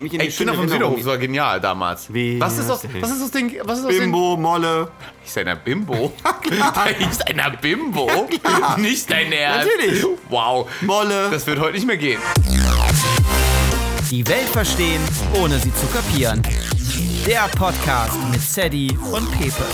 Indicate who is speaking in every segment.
Speaker 1: mich in
Speaker 2: Ey,
Speaker 1: die
Speaker 2: Kinder
Speaker 1: schöne
Speaker 2: vom
Speaker 1: Erinnerung-
Speaker 2: Süderhof war genial damals.
Speaker 1: Wie
Speaker 2: was, ist das,
Speaker 1: heißt der?
Speaker 2: was ist das Ding? Was ist das Ding?
Speaker 1: Bimbo, Molle.
Speaker 2: Ist einer Bimbo? da ist einer Bimbo? nicht dein Ernst.
Speaker 1: Natürlich.
Speaker 2: Wow.
Speaker 1: Molle.
Speaker 2: Das wird heute nicht mehr gehen.
Speaker 3: Die Welt verstehen, ohne sie zu kapieren. Der Podcast mit Sadie und Pepe.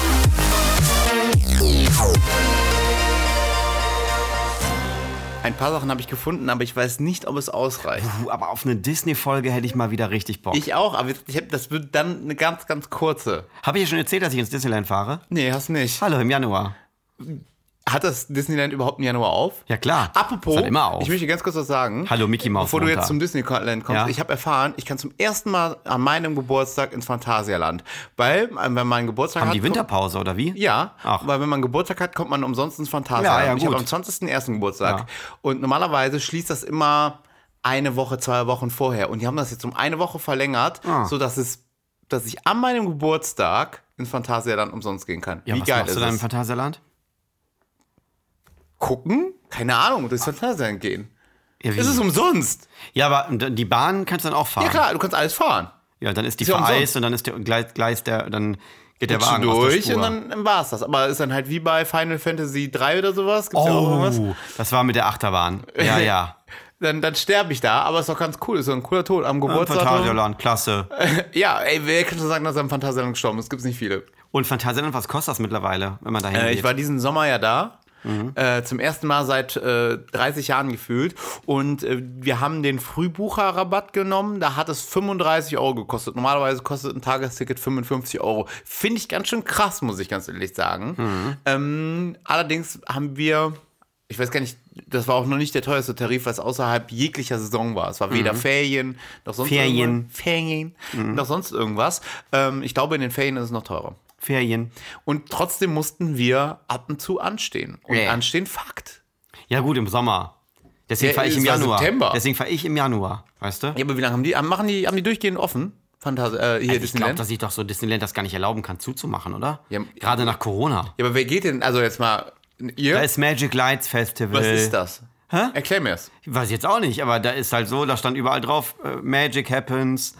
Speaker 2: Ein paar Sachen habe ich gefunden, aber ich weiß nicht, ob es ausreicht.
Speaker 1: Puh, aber auf eine Disney-Folge hätte ich mal wieder richtig Bock.
Speaker 2: Ich auch, aber ich hab, das wird dann eine ganz, ganz kurze.
Speaker 1: Habe ich dir schon erzählt, dass ich ins Disneyland fahre?
Speaker 2: Nee, hast nicht.
Speaker 1: Hallo, im Januar.
Speaker 2: Hat das Disneyland überhaupt im Januar auf?
Speaker 1: Ja, klar.
Speaker 2: Apropos,
Speaker 1: Das hat immer auf.
Speaker 2: ich möchte ganz kurz was sagen.
Speaker 1: Hallo, Mickey Mouse
Speaker 2: Bevor du
Speaker 1: runter.
Speaker 2: jetzt zum Disneyland kommst,
Speaker 1: Ja.
Speaker 2: ich habe erfahren, ich kann zum ersten Mal an meinem Geburtstag ins Phantasialand. Weil, äh, wenn man Geburtstag
Speaker 1: Haben
Speaker 2: hat.
Speaker 1: die
Speaker 2: kommt-
Speaker 1: Winterpause, oder wie?
Speaker 2: Ja,
Speaker 1: Ach.
Speaker 2: weil wenn man Geburtstag hat, kommt man umsonst ins Phantasialand.
Speaker 1: Ja, ja,
Speaker 2: ich habe
Speaker 1: gut.
Speaker 2: am 20.01. Geburtstag.
Speaker 1: Ja.
Speaker 2: Und normalerweise schließt das immer eine Woche, zwei Wochen vorher. Und die haben das jetzt um eine Woche verlängert,
Speaker 1: Ah.
Speaker 2: sodass es, dass ich an meinem Geburtstag ins Phantasialand umsonst gehen kann.
Speaker 1: Ja,
Speaker 2: Wie
Speaker 1: was
Speaker 2: geil
Speaker 1: machst
Speaker 2: ist
Speaker 1: du da im
Speaker 2: das?
Speaker 1: Phantasialand?
Speaker 2: Gucken? Keine Ahnung, durchs Phantasialand gehen.
Speaker 1: Ja, wie? Ah.
Speaker 2: Ist es umsonst?
Speaker 1: ja, aber und die Bahn kannst du dann auch fahren.
Speaker 2: Ja klar, du kannst alles fahren.
Speaker 1: Ja, dann ist die
Speaker 2: Ist ja
Speaker 1: vereist
Speaker 2: umsonst.
Speaker 1: und dann ist der Gleis, Gleis der, dann geht der
Speaker 2: Rutschst
Speaker 1: Wagen
Speaker 2: du
Speaker 1: aus der
Speaker 2: durch
Speaker 1: Spur.
Speaker 2: und dann war es das. Aber ist dann halt wie bei Final Fantasy 3 oder sowas. Gibt's ja auch irgendwas.
Speaker 1: Oh, das war mit der Achterbahn. Ja, ja.
Speaker 2: Dann, dann sterbe ich da, aber ist doch ganz cool. Ist so ein cooler Tod am Geburtstag.
Speaker 1: Phantasialand, klasse.
Speaker 2: Ja, ey, wer kann schon sagen, dass er im Phantasialand gestorben ist? Gibt's nicht viele.
Speaker 1: Und Phantasialand, was kostet das mittlerweile, wenn man da
Speaker 2: Äh,
Speaker 1: hingeht?
Speaker 2: ich war diesen Sommer ja da. Äh, zum ersten Mal seit äh, 30 Jahren gefühlt. Und äh, wir haben den Frühbucherrabatt genommen. Da hat es 35 Euro gekostet. Normalerweise kostet ein Tagesticket 55 Euro. Finde ich ganz schön krass, muss ich ganz ehrlich sagen. Ähm, allerdings haben wir. Ich weiß gar nicht, das war auch noch nicht der teuerste Tarif, weil es außerhalb jeglicher Saison war. Es war weder Ferien noch sonst
Speaker 1: Ferien.
Speaker 2: irgendwas. Ferien. Noch sonst irgendwas. Ähm, ich glaube, in den Ferien ist es noch teurer.
Speaker 1: Ferien.
Speaker 2: Und trotzdem mussten wir ab und zu anstehen. Und
Speaker 1: Yeah.
Speaker 2: anstehen Fakt.
Speaker 1: Ja, gut, im Sommer. Deswegen
Speaker 2: Ja,
Speaker 1: fahre ich
Speaker 2: es
Speaker 1: im
Speaker 2: war
Speaker 1: Januar.
Speaker 2: September.
Speaker 1: Deswegen fahre ich im Januar, weißt du?
Speaker 2: Ja, aber wie lange haben die? Machen die, haben die durchgehend offen? Fantas äh, hier
Speaker 1: Also Ich glaube,
Speaker 2: Disneyland.
Speaker 1: dass ich doch so Disneyland das gar nicht erlauben kann, zuzumachen, oder?
Speaker 2: Ja,
Speaker 1: Gerade nach Corona.
Speaker 2: ja, aber wer geht denn? Also jetzt mal.
Speaker 1: Da
Speaker 2: Ihr?
Speaker 1: ist Äh. Magic Lights Festival.
Speaker 2: Was ist das? Erklär mir's.
Speaker 1: Ich weiß jetzt auch nicht, aber da ist halt so, da stand überall drauf, äh, Magic happens,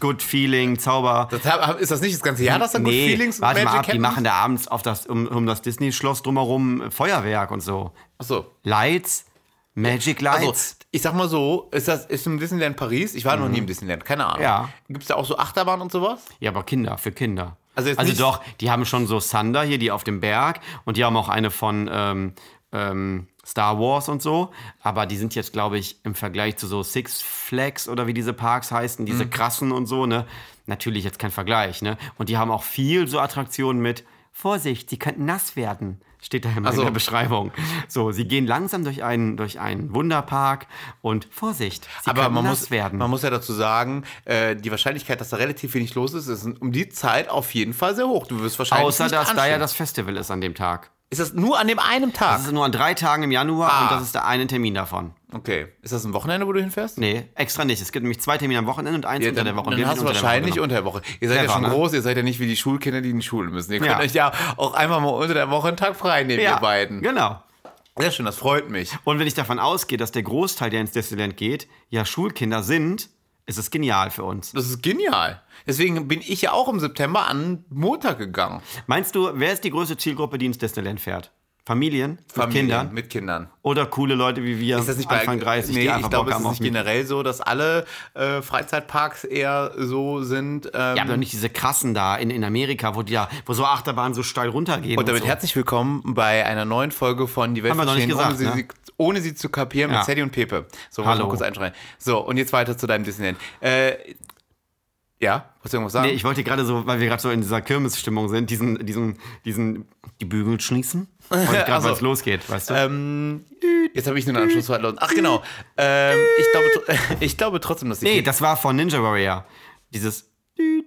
Speaker 1: good feeling, Zauber.
Speaker 2: das. hab- Ist das nicht das ganze Jahr, dass da gut Feelings
Speaker 1: warte mal ab, die
Speaker 2: happens?
Speaker 1: machen da abends auf das, um, um das Disney-Schloss drumherum äh, Feuerwerk und so.
Speaker 2: Achso.
Speaker 1: Lights, Magic
Speaker 2: Also,
Speaker 1: Lights.
Speaker 2: ich sag mal so, ist das ist im Disneyland Paris? Ich war noch nie im Disneyland, keine Ahnung.
Speaker 1: Mhm. Ja.
Speaker 2: Gibt's da auch so Achterbahn und sowas?
Speaker 1: Ja, aber Kinder, für Kinder.
Speaker 2: Also jetzt
Speaker 1: Also
Speaker 2: nicht-
Speaker 1: doch, die haben schon so Thunder hier, die auf dem Berg und die haben auch eine von ähm, ähm, Star Wars und so. Aber die sind jetzt, glaube ich, im Vergleich zu so Six Flags oder wie diese Parks heißen,
Speaker 2: Mhm.
Speaker 1: diese krassen und so, ne? Natürlich jetzt kein Vergleich, ne? Und die haben auch viel so Attraktionen mit Vorsicht, sie könnten nass werden. Steht da immer
Speaker 2: so.
Speaker 1: in der Beschreibung. So, sie gehen langsam durch einen, durch einen Wunderpark und Vorsicht, sie
Speaker 2: Aber
Speaker 1: könnten
Speaker 2: man
Speaker 1: nass
Speaker 2: muss,
Speaker 1: werden.
Speaker 2: man muss ja dazu sagen, äh, die Wahrscheinlichkeit, dass da relativ wenig los ist, ist um die Zeit auf jeden Fall sehr hoch. Du wirst wahrscheinlich.
Speaker 1: Außer,
Speaker 2: nicht
Speaker 1: dass da ja
Speaker 2: anstehen.
Speaker 1: das Festival ist an dem Tag.
Speaker 2: Ist das nur an dem einen
Speaker 1: Das
Speaker 2: Tag?
Speaker 1: ist nur an drei Tagen im Januar
Speaker 2: Ah.
Speaker 1: und das ist der eine Termin davon.
Speaker 2: Okay. Ist das ein Wochenende, wo du hinfährst?
Speaker 1: Nee, extra nicht. Es gibt nämlich zwei Termine am Wochenende und eins unter
Speaker 2: dann,
Speaker 1: der Woche. Und
Speaker 2: dann
Speaker 1: wir haben
Speaker 2: hast du
Speaker 1: ihn unter der Woche genau.
Speaker 2: wahrscheinlich
Speaker 1: genommen.
Speaker 2: unter der Woche. Ihr seid ja
Speaker 1: Clever,
Speaker 2: schon
Speaker 1: ne?
Speaker 2: groß, ihr seid ja nicht wie die Schulkinder, die in die Schule müssen. Ihr könnt
Speaker 1: Ja.
Speaker 2: euch ja auch einmal mal unter der Woche einen Tag frei nehmen,
Speaker 1: ja,
Speaker 2: ihr beiden.
Speaker 1: Genau.
Speaker 2: Sehr schön, das freut mich.
Speaker 1: Und wenn ich davon ausgehe, dass der Großteil, der ins Disneyland geht, ja Schulkinder sind, ist es genial für uns.
Speaker 2: Das ist genial. Deswegen bin ich ja auch im September an Montag gegangen.
Speaker 1: Meinst du, wer ist die größte Zielgruppe, die ins Disneyland fährt? Familien?
Speaker 2: Familien,
Speaker 1: Mit Kindern?
Speaker 2: Mit Kindern.
Speaker 1: Oder coole Leute wie wir
Speaker 2: Ist das nicht
Speaker 1: Anfang
Speaker 2: bei,
Speaker 1: 30,
Speaker 2: nee,
Speaker 1: die einfach
Speaker 2: ich glaube,
Speaker 1: Bock
Speaker 2: es
Speaker 1: haben
Speaker 2: ist
Speaker 1: auf
Speaker 2: nicht genau generell so, dass alle äh, Freizeitparks eher so sind. Ähm,
Speaker 1: Ja, aber nicht diese krassen da in, in Amerika, wo, die ja, wo so Achterbahnen so steil runtergehen.
Speaker 2: Und damit
Speaker 1: so.
Speaker 2: herzlich willkommen bei einer neuen Folge von Die Welt
Speaker 1: Haben wir noch nicht
Speaker 2: verstehen, ohne,
Speaker 1: gesagt, ne?
Speaker 2: sie, ohne sie zu kapieren
Speaker 1: Ja.
Speaker 2: mit Sadie und Pepe. So, wollte ich
Speaker 1: Hallo.
Speaker 2: mal kurz einschreien. So, und jetzt weiter zu deinem Disneyland. Äh, ja, wolltest du irgendwas sagen?
Speaker 1: Nee, ich wollte gerade so, weil wir gerade so in dieser Kirmesstimmung sind, diesen, diesen, diesen, die Bügel schließen. Wollte gerade,
Speaker 2: Ach so. Ähm.
Speaker 1: weil es losgeht, weißt du?
Speaker 2: jetzt habe ich nur einen Anschluss. Ach genau, ähm, ich, glaube, tr- ich glaube trotzdem, dass die
Speaker 1: nee,
Speaker 2: Kinder-
Speaker 1: das war von Ninja Warrior. Dieses. düt,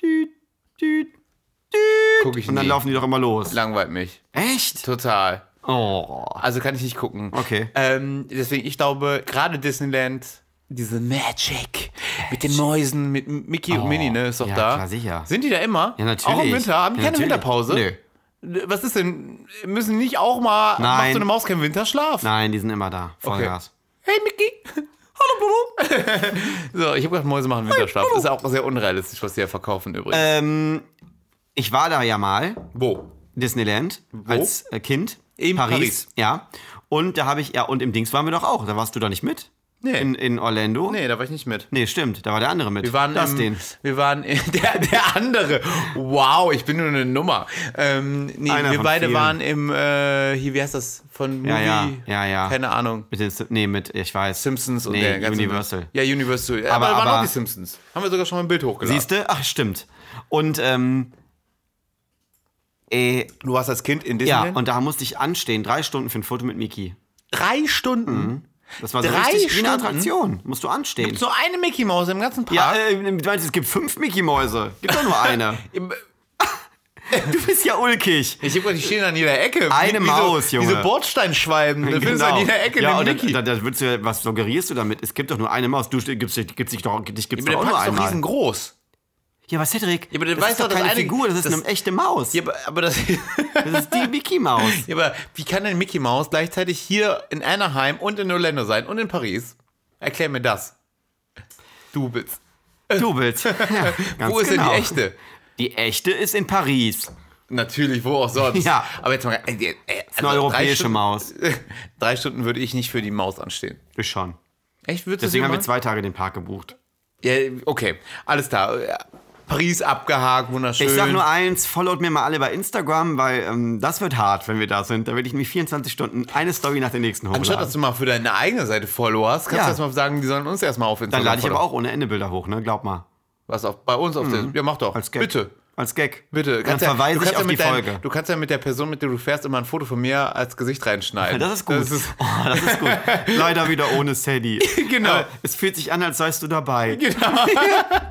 Speaker 1: düt, düt,
Speaker 2: gucke ich
Speaker 1: Und dann
Speaker 2: nie.
Speaker 1: laufen die doch immer los.
Speaker 2: Langweilt mich.
Speaker 1: Echt?
Speaker 2: Total.
Speaker 1: Oh.
Speaker 2: Also kann ich nicht gucken.
Speaker 1: Okay.
Speaker 2: Ähm, deswegen, ich glaube, gerade Disneyland, diese Magic mit den Mäusen, mit Mickey und
Speaker 1: Oh,
Speaker 2: Minnie, ne, ist doch
Speaker 1: ja,
Speaker 2: da.
Speaker 1: klar, sicher.
Speaker 2: Sind die da immer?
Speaker 1: Ja, natürlich.
Speaker 2: Auch im Winter? Haben die
Speaker 1: Ja,
Speaker 2: keine
Speaker 1: natürlich.
Speaker 2: Winterpause?
Speaker 1: Nö.
Speaker 2: Was ist denn? Müssen nicht auch mal.
Speaker 1: Nein.
Speaker 2: Macht so eine Maus keinen Winterschlaf?
Speaker 1: Nein, die sind immer da. Vollgas.
Speaker 2: Hey, Mickey! So, ich habe gedacht, Mäuse machen Winterschlaf. Ist auch sehr unrealistisch, was sie ja verkaufen übrigens.
Speaker 1: Ähm, ich war da ja mal,
Speaker 2: Wo?
Speaker 1: Disneyland, als äh, Kind.
Speaker 2: In Paris.
Speaker 1: Ja. Und da habe ich, ja, und im Dings waren wir doch auch. Da warst du doch nicht mit?
Speaker 2: Nee.
Speaker 1: In, in Orlando?
Speaker 2: Nee, da war ich nicht mit.
Speaker 1: Nee, stimmt. Da war der andere mit.
Speaker 2: Wir waren
Speaker 1: das
Speaker 2: im,
Speaker 1: den.
Speaker 2: Wir waren im, der, der andere. Wow, ich bin nur eine Nummer. Ähm, nee,
Speaker 1: Einer
Speaker 2: wir
Speaker 1: von
Speaker 2: beide
Speaker 1: vielen.
Speaker 2: waren im, äh, hier, wie heißt das? Von Movie?
Speaker 1: Ja, ja, ja, ja.
Speaker 2: Keine Ahnung.
Speaker 1: Mit den, Sim- nee, mit, ich weiß.
Speaker 2: Simpsons und
Speaker 1: nee,
Speaker 2: der ganze
Speaker 1: Universal.
Speaker 2: Ja, Universal. Ja,
Speaker 1: Aber-
Speaker 2: da waren
Speaker 1: aber-
Speaker 2: auch die Simpsons. Haben wir sogar schon mal ein Bild hochgeladen.
Speaker 1: Siehst du? Ach, stimmt. Und, ähm, äh,
Speaker 2: du warst als Kind in
Speaker 1: ja,
Speaker 2: Disneyland?
Speaker 1: und da musste ich anstehen, drei Stunden für ein Foto mit Mickey.
Speaker 2: drei Stunden.
Speaker 1: Das war so
Speaker 2: Drei
Speaker 1: richtig wie eine
Speaker 2: Stunden?
Speaker 1: Attraktion. Musst du anstehen.
Speaker 2: Mhm. So eine Mickey Maus im ganzen
Speaker 1: Ja,
Speaker 2: Park.
Speaker 1: äh, du meinst, es gibt fünf Mickey-Mäuse. Gibt doch nur eine.
Speaker 2: Im- äh,
Speaker 1: Du bist ja ulkig.
Speaker 2: Ich hab gedacht, die stehen an jeder Ecke.
Speaker 1: äh, Eine
Speaker 2: Wie- wie
Speaker 1: Maus,
Speaker 2: so,
Speaker 1: Junge.
Speaker 2: Diese Bordsteinschwalben. Da findest du an jeder Ecke
Speaker 1: Genau. ja,
Speaker 2: den
Speaker 1: und
Speaker 2: Mickey.
Speaker 1: Da, da, da würdest du, ja- was suggerierst du damit? Es gibt doch nur eine Maus. Du st- gibst dich, gibst dich doch, dich gibt's
Speaker 2: der
Speaker 1: doch auch nur
Speaker 2: Park ist doch
Speaker 1: einmal.
Speaker 2: riesengroß.
Speaker 1: Ja, aber Cedric,
Speaker 2: aber du
Speaker 1: das
Speaker 2: weißt
Speaker 1: ist doch
Speaker 2: doch, dass
Speaker 1: keine
Speaker 2: eine-
Speaker 1: Figur, das ist
Speaker 2: das-
Speaker 1: eine echte Maus.
Speaker 2: Ja, aber, aber das...
Speaker 1: Das ist die Mickey-Maus.
Speaker 2: Ja, aber wie kann denn Mickey Mouse gleichzeitig hier in Anaheim und in Orlando sein und in Paris? Erklär mir das. Du bist.
Speaker 1: Du willst. Ja, ganz
Speaker 2: Wo ist
Speaker 1: genau.
Speaker 2: denn die echte?
Speaker 1: Die echte ist in Paris.
Speaker 2: Natürlich, wo auch sonst.
Speaker 1: Ja.
Speaker 2: Aber jetzt mal. Äh, äh,
Speaker 1: Eine
Speaker 2: also drei
Speaker 1: europäische
Speaker 2: Stunden-
Speaker 1: Maus.
Speaker 2: Drei Stunden würde ich nicht für die Maus anstehen.
Speaker 1: Ich schon.
Speaker 2: Echt? Würdest
Speaker 1: Deswegen haben wir
Speaker 2: du
Speaker 1: zwei Tage den Park gebucht.
Speaker 2: wir zwei. Ja, okay, alles da. Paris abgehakt, wunderschön.
Speaker 1: Ich sag nur eins, followt mir mal alle bei Instagram, weil ähm, das wird hart, wenn wir da sind. Da werde ich nämlich 24 Stunden eine Story nach der nächsten hochladen.
Speaker 2: Anstatt dass du mal für deine eigene Seite Follower hast, kannst
Speaker 1: Ja.
Speaker 2: du erstmal sagen, die sollen uns erstmal auf
Speaker 1: Dann
Speaker 2: Instagram.
Speaker 1: lade ich aber
Speaker 2: followen.
Speaker 1: auch ohne Ende Bilder hoch, ne? Glaub mal.
Speaker 2: Was auf, bei uns auf der. Ja, mach doch.
Speaker 1: Als Gag.
Speaker 2: Bitte.
Speaker 1: Als Gag.
Speaker 2: Bitte,
Speaker 1: Dann verweise ich auf
Speaker 2: mit
Speaker 1: die
Speaker 2: deinem-
Speaker 1: Folge.
Speaker 2: Du kannst ja mit der Person, mit der du fährst, immer ein Foto von mir als Gesicht reinschneiden.
Speaker 1: Das ist gut. oh, das ist gut. Leider wieder ohne Sadie.
Speaker 2: Genau.
Speaker 1: Aber Es fühlt sich an, als seist du dabei.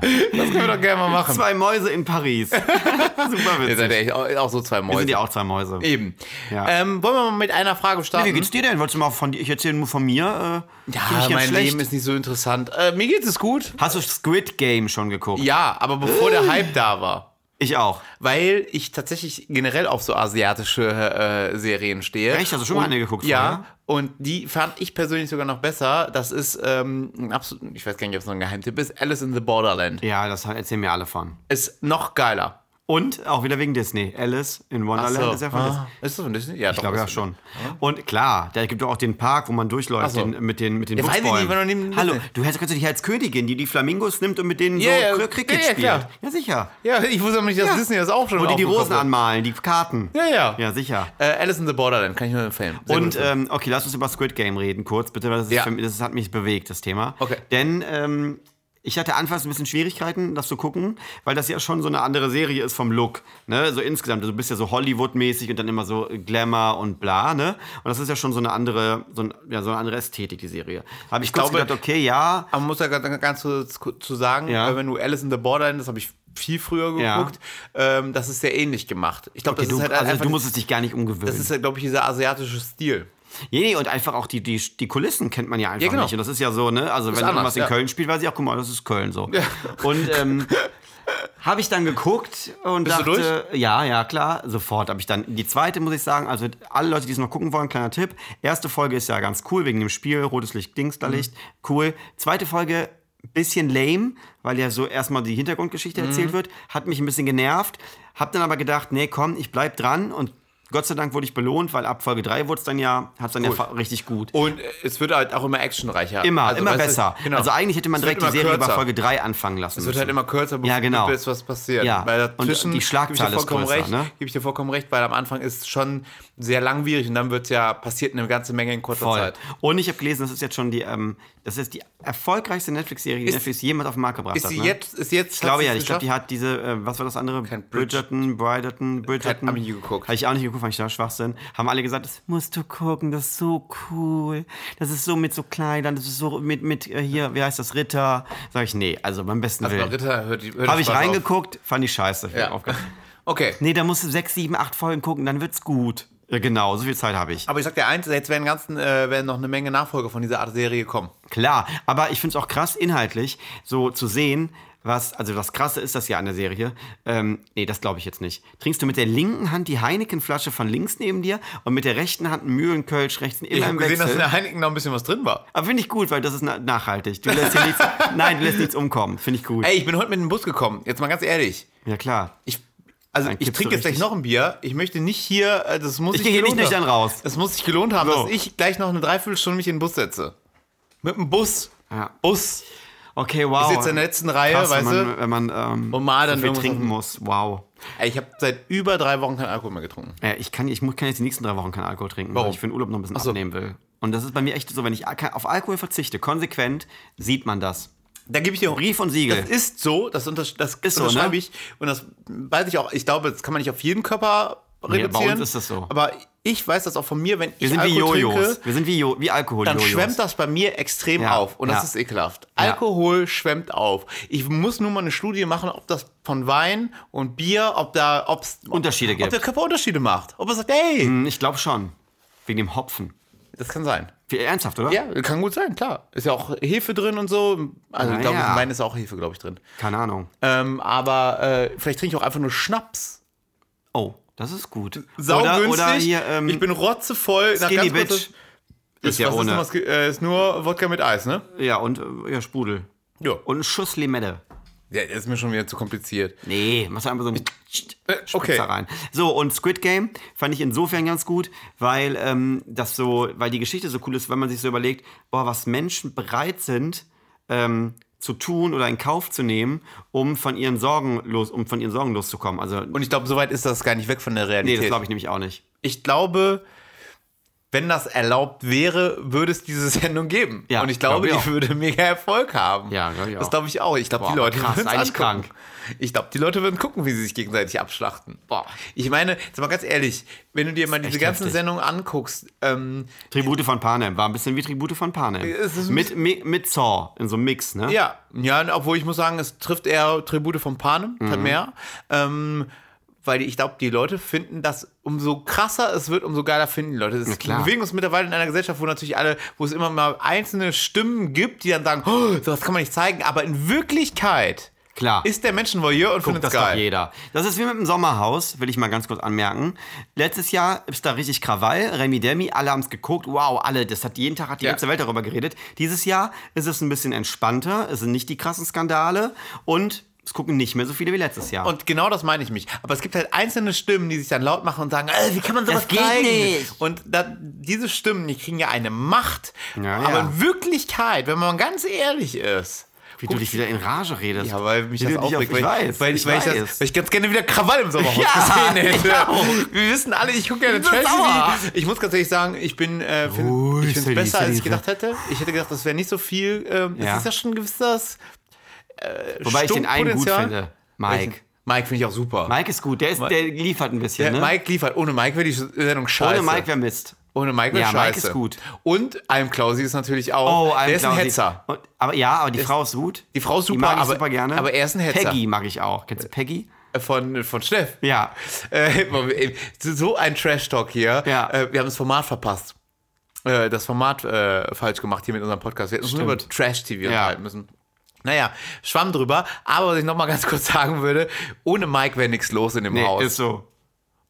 Speaker 2: das können wir doch gerne mal machen.
Speaker 1: Zwei Mäuse in Paris. Super
Speaker 2: Ihr
Speaker 1: witzig.
Speaker 2: seid ja echt auch, auch so zwei
Speaker 1: Wir sind
Speaker 2: Mäuse.
Speaker 1: ja auch zwei Mäuse.
Speaker 2: Eben.
Speaker 1: Ja.
Speaker 2: Ähm, wollen wir mal mit einer Frage starten?
Speaker 1: Wie geht's dir denn? Wolltest du mal von dir, ich erzähle nur von mir. Äh,
Speaker 2: ja,
Speaker 1: fühl mich ganz
Speaker 2: mein
Speaker 1: schlecht.
Speaker 2: Leben ist nicht so interessant. Äh, mir geht es gut.
Speaker 1: Hast du Squid Game schon geguckt?
Speaker 2: Ja, aber bevor der Hype da war.
Speaker 1: Ich auch.
Speaker 2: Weil ich tatsächlich generell auf so asiatische äh, Serien stehe.
Speaker 1: Echt? Hast du schon mal
Speaker 2: Und-
Speaker 1: eine geguckt
Speaker 2: Ja.
Speaker 1: vorher?
Speaker 2: Und die fand ich persönlich sogar noch besser. Das ist ähm, ein absolut, ich weiß gar nicht, ob es noch ein Geheimtipp ist. Alice in the Borderland.
Speaker 1: Ja, das erzählen mir alle von.
Speaker 2: Ist noch geiler.
Speaker 1: Und auch wieder wegen Disney. Alice in Wonderland
Speaker 2: So.
Speaker 1: ist ja von Disney.
Speaker 2: Ah. Ist das von Disney? Ja,
Speaker 1: Ich glaube ja schon. Und klar, da gibt es auch den Park, wo man durchläuft
Speaker 2: so.
Speaker 1: den, mit den mit den
Speaker 2: Ja, weiß ich
Speaker 1: Buchsbäumen.
Speaker 2: nicht, war noch nie in
Speaker 1: Hallo,
Speaker 2: Disney.
Speaker 1: du hättest kannst du dich als Königin, die die Flamingos nimmt und mit denen
Speaker 2: Ja, ja,
Speaker 1: so Kr- Cricket
Speaker 2: ja, ja,
Speaker 1: spielt.
Speaker 2: klar.
Speaker 1: Ja, sicher.
Speaker 2: Ja, ich wusste aber nicht, dass
Speaker 1: Ja.
Speaker 2: Disney das auch schon
Speaker 1: Wo die die
Speaker 2: aufgekauft
Speaker 1: Rosen
Speaker 2: hat.
Speaker 1: anmalen, die Karten.
Speaker 2: Ja, ja.
Speaker 1: Ja, sicher.
Speaker 2: Äh, Alice in the Borderland, kann ich nur empfehlen. Sehr
Speaker 1: Und
Speaker 2: guter Film.
Speaker 1: ähm, okay, lass uns über Squid Game reden, kurz bitte, weil das, ist
Speaker 2: Ja.
Speaker 1: für mich, das hat mich bewegt, das Thema.
Speaker 2: Okay.
Speaker 1: Denn ähm, ich hatte anfangs ein bisschen Schwierigkeiten, das zu gucken, weil das ja schon so eine andere Serie ist vom Look. Ne? So insgesamt. Du bist ja so Hollywood-mäßig und dann immer so Glamour und bla, ne? Und das ist ja schon so eine andere, so, ein, ja, so eine andere Ästhetik, die Serie. Habe ich, kurz
Speaker 2: glaube-
Speaker 1: gedacht, okay, ja.
Speaker 2: aber man muss ja ganz, ganz kurz ku- zu sagen,
Speaker 1: Ja.
Speaker 2: äh, wenn du Alice in the Borderland, das habe ich viel früher
Speaker 1: Ja.
Speaker 2: geguckt, ähm, das ist sehr ähnlich gemacht. Ich glaube,
Speaker 1: Okay,
Speaker 2: das
Speaker 1: du,
Speaker 2: ist halt
Speaker 1: also
Speaker 2: einfach,
Speaker 1: du musst es dich gar nicht
Speaker 2: das
Speaker 1: umgewöhnen.
Speaker 2: ist ja, glaube ich, dieser asiatische Stil.
Speaker 1: Nee, und einfach auch die, die, die Kulissen kennt man ja einfach
Speaker 2: genau.
Speaker 1: nicht. Und das ist ja so, ne? Also, wenn
Speaker 2: anders,
Speaker 1: irgendwas in
Speaker 2: ja.
Speaker 1: Köln spielt, weiß ich auch, guck mal, das ist Köln so. Und ähm, habe ich dann geguckt und
Speaker 2: Bist du
Speaker 1: dachte, Äh, ja, ja, klar, sofort habe ich dann die zweite, muss ich sagen, also alle Leute, die es noch gucken wollen, kleiner Tipp. Erste Folge ist ja ganz cool wegen dem Spiel, rotes Licht,
Speaker 2: Mhm.
Speaker 1: Dingsda-Licht, cool. Zweite Folge bisschen lame, weil ja so erstmal die Hintergrundgeschichte
Speaker 2: Mhm.
Speaker 1: erzählt wird, hat mich ein bisschen genervt, habe dann aber gedacht, nee, komm, ich bleib dran und Gott sei Dank wurde ich belohnt, weil ab Folge 3 wurde es dann ja, hat dann ja fa- richtig gut.
Speaker 2: Und äh, es wird halt auch immer actionreicher.
Speaker 1: Immer,
Speaker 2: Also,
Speaker 1: immer
Speaker 2: weißt du,
Speaker 1: besser.
Speaker 2: genau.
Speaker 1: Also eigentlich hätte man
Speaker 2: Es
Speaker 1: direkt die
Speaker 2: wird immer
Speaker 1: Serie bei
Speaker 2: kürzer.
Speaker 1: Folge 3 anfangen lassen
Speaker 2: Es wird halt immer kürzer, bevor
Speaker 1: Ja, genau.
Speaker 2: bis was passiert.
Speaker 1: Ja.
Speaker 2: Weil
Speaker 1: Und
Speaker 2: dazwischen
Speaker 1: die Schlagzahl
Speaker 2: gebe ich dir vollkommen
Speaker 1: ist größer,
Speaker 2: recht,
Speaker 1: ne?
Speaker 2: Gebe ich dir vollkommen recht, weil am Anfang ist es schon sehr langwierig und dann wird ja passiert eine ganze Menge in kurzer
Speaker 1: Voll.
Speaker 2: Zeit.
Speaker 1: Und ich habe gelesen, das ist jetzt schon die, ähm, das ist die erfolgreichste Netflix-Serie, die Netflix jemals auf den Markt gebracht
Speaker 2: Ist
Speaker 1: hat.
Speaker 2: sie
Speaker 1: ne?
Speaker 2: jetzt, ist jetzt
Speaker 1: Ich glaube ja, ich glaube, die hat diese, äh, was war das andere?
Speaker 2: Bridget-
Speaker 1: Bridgerton, Bridgerton, Bridgerton.
Speaker 2: hab ich nie geguckt.
Speaker 1: Habe ich auch nicht geguckt, fand ich da Schwachsinn. Haben alle gesagt, das musst du gucken, das ist so cool. Das ist so mit so Kleidern, das ist so mit, mit äh, hier, wie heißt das, Ritter. Sag ich, nee, also beim besten
Speaker 2: also,
Speaker 1: Willen.
Speaker 2: Ritter hört, hört
Speaker 1: Habe ich
Speaker 2: Spaß auf.
Speaker 1: reingeguckt, fand ich scheiße. Ich hab
Speaker 2: Ja.
Speaker 1: aufgehört.
Speaker 2: Okay.
Speaker 1: Nee, da musst du sechs, sieben, acht Folgen gucken, dann wird's gut. Ja, genau, so viel Zeit habe ich.
Speaker 2: Aber ich sag dir eins, jetzt werden, ganzen, äh, werden noch eine Menge Nachfolger von dieser Art Serie kommen.
Speaker 1: Klar, aber ich finde es auch krass inhaltlich so zu sehen, was, also das Krasse ist das ja an der Serie. Ähm, nee, das glaube ich jetzt nicht. Trinkst du mit der linken Hand die Heineken-Flasche von links neben dir und mit der rechten Hand einen Mühlenkölsch rechts immer
Speaker 2: Ich habe
Speaker 1: im
Speaker 2: gesehen, dass
Speaker 1: Wechsel.
Speaker 2: in der Heineken noch ein bisschen was drin war.
Speaker 1: Aber finde ich gut, weil das ist na nachhaltig. Du lässt hier nichts, nein, du lässt nichts umkommen. Finde ich gut.
Speaker 2: Ey, ich bin heute mit dem Bus gekommen. Jetzt mal ganz ehrlich.
Speaker 1: Ja, klar.
Speaker 2: Ich, also
Speaker 1: Dann
Speaker 2: ich
Speaker 1: kippst du
Speaker 2: trinke jetzt gleich
Speaker 1: richtig.
Speaker 2: noch ein Bier. Ich möchte nicht hier, äh, das muss
Speaker 1: Ich gehe hier nicht
Speaker 2: gelohnt
Speaker 1: nüchtern
Speaker 2: haben.
Speaker 1: raus.
Speaker 2: Es muss sich gelohnt haben,
Speaker 1: So.
Speaker 2: dass ich gleich noch eine Dreiviertelstunde mich in den Bus setze. Mit dem Bus.
Speaker 1: Ja.
Speaker 2: Bus.
Speaker 1: Okay, wow.
Speaker 2: Ich sitze in der letzten Reihe,
Speaker 1: Krass,
Speaker 2: weißt
Speaker 1: wenn
Speaker 2: du?
Speaker 1: man, wenn man ähm,
Speaker 2: Und mal dann
Speaker 1: so viel
Speaker 2: irgendwas
Speaker 1: trinken
Speaker 2: auf-
Speaker 1: muss. Wow.
Speaker 2: Ey, ich habe seit über drei Wochen keinen Alkohol mehr getrunken.
Speaker 1: Ja, Äh, ich, kann, ich muss- kann jetzt die nächsten drei Wochen keinen Alkohol trinken,
Speaker 2: Warum?
Speaker 1: weil ich für den Urlaub noch ein bisschen
Speaker 2: so.
Speaker 1: abnehmen will. Und das ist bei mir echt so, wenn ich a- auf Alkohol verzichte, konsequent, sieht man das.
Speaker 2: Da gebe ich dir
Speaker 1: Brief und Siegel.
Speaker 2: Das ist so, das, unter, das
Speaker 1: Ist so,
Speaker 2: unterschreibe
Speaker 1: ne?
Speaker 2: ich. Und das weiß ich auch. Ich glaube, das kann man nicht auf jeden Körper
Speaker 1: bei
Speaker 2: reduzieren.
Speaker 1: uns ist das so.
Speaker 2: Aber ich weiß das auch von mir, wenn
Speaker 1: Wir
Speaker 2: ich
Speaker 1: sind wie
Speaker 2: Alkohol
Speaker 1: Jojos.
Speaker 2: trinke,
Speaker 1: Wir sind wie, jo wie alkohol
Speaker 2: dann
Speaker 1: Jojos.
Speaker 2: schwemmt das bei mir extrem
Speaker 1: Ja,
Speaker 2: auf. Und das
Speaker 1: ja.
Speaker 2: ist ekelhaft.
Speaker 1: Ja.
Speaker 2: Alkohol schwemmt auf. Ich muss nur mal eine Studie machen, ob das von Wein und Bier, ob da ob's,
Speaker 1: Unterschiede
Speaker 2: ob
Speaker 1: gibt.
Speaker 2: der Körper Unterschiede macht. Ob er sagt, hey,
Speaker 1: Hm, Ich glaube schon. Wegen dem Hopfen.
Speaker 2: das kann sein.
Speaker 1: Wie, ernsthaft, oder?
Speaker 2: Ja, kann gut sein, klar. Ist ja auch Hefe drin und so. Also,
Speaker 1: Na
Speaker 2: ich glaube,
Speaker 1: Ah, ja.
Speaker 2: in Wein ist auch Hefe, glaube ich, drin.
Speaker 1: Keine Ahnung.
Speaker 2: Ähm, aber äh, vielleicht trinke ich auch einfach nur Schnaps.
Speaker 1: Oh, das ist gut. Oder,
Speaker 2: Saugünstig.
Speaker 1: oder hier, ähm,
Speaker 2: ich bin rotzevoll. nach
Speaker 1: Skinny
Speaker 2: ganz kurzer-
Speaker 1: Bitch.
Speaker 2: Ist,
Speaker 1: ja
Speaker 2: was
Speaker 1: ohne.
Speaker 2: Ist, denn was ge- äh, ist nur Wodka mit Eis, ne?
Speaker 1: Ja, und äh, ja, Sprudel.
Speaker 2: Ja.
Speaker 1: Und ein Schuss Limette.
Speaker 2: ja. Das ist mir schon wieder zu kompliziert.
Speaker 1: Nee, machst du einfach so ein Spritzer
Speaker 2: Äh, okay.
Speaker 1: rein. So, und Squid Game fand ich insofern ganz gut, weil ähm, das so, weil die Geschichte so cool ist, wenn man sich so überlegt, boah, was Menschen bereit sind, ähm, zu tun oder in Kauf zu nehmen, um von ihren Sorgen los, um von ihren Sorgen loszukommen. Also,
Speaker 2: Und ich glaube, soweit ist das gar nicht weg von der Realität.
Speaker 1: nee, das glaube ich nämlich auch nicht.
Speaker 2: ich glaube, wenn das erlaubt wäre, würde es diese Sendung geben.
Speaker 1: Ja,
Speaker 2: und ich
Speaker 1: glaub
Speaker 2: glaube,
Speaker 1: ich
Speaker 2: die
Speaker 1: auch.
Speaker 2: würde mega Erfolg haben.
Speaker 1: Ja, glaub ich auch.
Speaker 2: Das glaube ich auch. Ich glaube, die
Speaker 1: Boah,
Speaker 2: Leute
Speaker 1: krass,
Speaker 2: würden's
Speaker 1: eigentlich
Speaker 2: angucken.
Speaker 1: krank.
Speaker 2: Ich glaube, die Leute würden gucken, wie sie sich gegenseitig abschlachten. Boah. Ich meine, jetzt mal ganz ehrlich, wenn du dir mal diese
Speaker 1: echt
Speaker 2: ganzen
Speaker 1: heftig.
Speaker 2: Sendungen anguckst, ähm,
Speaker 1: Tribute von Panem war ein bisschen wie Tribute von Panem.
Speaker 2: Es ist ein
Speaker 1: Mit, mi- mit Saw, in so einem Mix, ne?
Speaker 2: ja, ja, obwohl ich muss sagen, es trifft eher Tribute von Panem, mhm. mehr. Ähm, weil ich glaube, die Leute finden das, umso krasser es wird, umso geiler finden die Leute. Das ist, wir
Speaker 1: klar.
Speaker 2: bewegen uns mittlerweile in einer Gesellschaft, wo natürlich alle, wo es immer mal einzelne Stimmen gibt, die dann sagen, oh, sowas kann man nicht zeigen, aber in Wirklichkeit
Speaker 1: Klar.
Speaker 2: ist der Menschenvoyeur und
Speaker 1: Guckt
Speaker 2: findet es
Speaker 1: das doch
Speaker 2: geil.
Speaker 1: jeder. Das ist wie mit dem Sommerhaus, will ich mal ganz kurz anmerken. Letztes Jahr ist da richtig Krawall, Remi Demi, alle haben es geguckt, wow, alle, das hat jeden Tag hat die
Speaker 2: Ja.
Speaker 1: ganze Welt darüber geredet. Dieses Jahr ist es ein bisschen entspannter, es sind nicht die krassen Skandale und es gucken nicht mehr so viele wie letztes Jahr.
Speaker 2: Und genau das meine ich mich. Aber es gibt halt einzelne Stimmen, die sich dann laut machen und sagen, äh, wie kann man sowas
Speaker 1: Das geht
Speaker 2: zeigen?
Speaker 1: nicht.
Speaker 2: Und da, diese Stimmen, die kriegen ja eine Macht.
Speaker 1: Ja,
Speaker 2: aber
Speaker 1: ja.
Speaker 2: in Wirklichkeit, wenn man ganz ehrlich ist.
Speaker 1: wie du dich wieder in Rage redest.
Speaker 2: Ja, weil mich
Speaker 1: Wie
Speaker 2: das
Speaker 1: du dich auf-
Speaker 2: aufregt.
Speaker 1: Ich
Speaker 2: Weil,
Speaker 1: weiß,
Speaker 2: weil,
Speaker 1: ich
Speaker 2: weil,
Speaker 1: weiß.
Speaker 2: Ich das, weil ich ganz gerne wieder Krawall im Sommerhaus
Speaker 1: Ja,
Speaker 2: gesehen hätte.
Speaker 1: ich auch.
Speaker 2: Wir wissen alle, ich gucke gerne
Speaker 1: bin so sauer.
Speaker 2: Trash-TV. Ich muss ganz ehrlich sagen, ich bin äh, find,
Speaker 1: Ruhig,
Speaker 2: ich finde
Speaker 1: Sally,
Speaker 2: es besser, als
Speaker 1: Sally.
Speaker 2: ich gedacht hätte. Ich hätte gedacht, das wäre nicht so viel. Ähm,
Speaker 1: Ja.
Speaker 2: Das ist ja schon ein gewisses
Speaker 1: Wobei ich den einen gut
Speaker 2: Stummpotenzial.
Speaker 1: finde, Mike.
Speaker 2: Mike finde ich auch super.
Speaker 1: Mike ist gut, der, ist, der liefert ein bisschen.
Speaker 2: Der
Speaker 1: Ne?
Speaker 2: Mike liefert. Ohne Mike wäre die Sendung scheiße.
Speaker 1: Ohne Mike wäre Mist.
Speaker 2: Ohne Mike wäre
Speaker 1: Ja,
Speaker 2: scheiße.
Speaker 1: Mike ist gut.
Speaker 2: Und Alm Klausi ist natürlich auch.
Speaker 1: Oh, I'm
Speaker 2: der ist ein
Speaker 1: Klausi.
Speaker 2: Hetzer.
Speaker 1: Und, aber ja, aber die Frau ist gut.
Speaker 2: die Frau ist
Speaker 1: Die
Speaker 2: super,
Speaker 1: mag ich
Speaker 2: aber-
Speaker 1: super gerne.
Speaker 2: aber er ist ein Hetzer.
Speaker 1: Peggy mag ich auch. Kennst du Peggy?
Speaker 2: Von, von Steff.
Speaker 1: Ja.
Speaker 2: Äh, so ein Trash-Talk hier.
Speaker 1: Ja.
Speaker 2: Äh, wir haben das Format verpasst. Äh, das Format äh, falsch gemacht hier mit unserem Podcast. Wir hätten uns nur über
Speaker 1: Stimmt.
Speaker 2: Trash-TV
Speaker 1: Ja.
Speaker 2: unterhalten müssen. Naja, schwamm drüber. Aber was ich nochmal ganz kurz sagen würde, ohne Mike wäre nichts los in dem
Speaker 1: Nee,
Speaker 2: Haus.
Speaker 1: ist so.